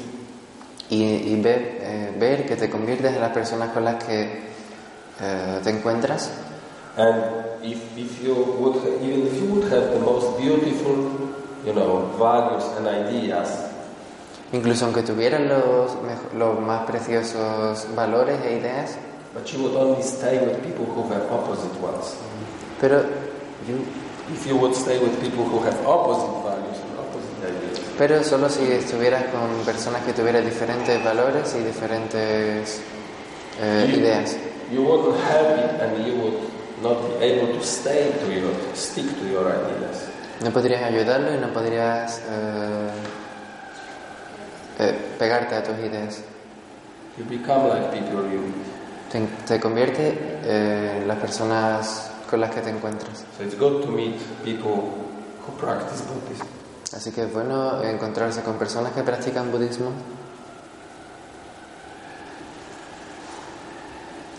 y, y ver, eh, ver que te conviertes en las personas con las que eh, te encuentras. And if, if you would, even if you would have the most beautiful, you know, values and ideas, Incluso aunque tuvieras los, mejo- los más preciosos valores e ideas, but you would only stay with people who have opposite ones. pero, If you would stay with people who have opposite values and opposite ideas, pero solo si estuvieras con personas que tuvieran diferentes valores y diferentes eh, Sí. ideas. you wouldn't have it and you would not be able to stay to your, stick to your ideas. No podrías ayudarlo y no podrías eh, eh, pegarte a tus ideas. You become like people you meet. Te, te convierte eh, en las personas con las que te encuentras. So it's good to meet people who practice Buddhism. Así que es bueno encontrarse con personas que practican budismo.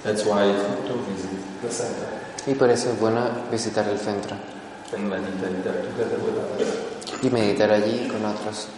That's why it's good to visit the center Y por eso es bueno visitar el centro and meditate there together with others. y meditar allí con otros.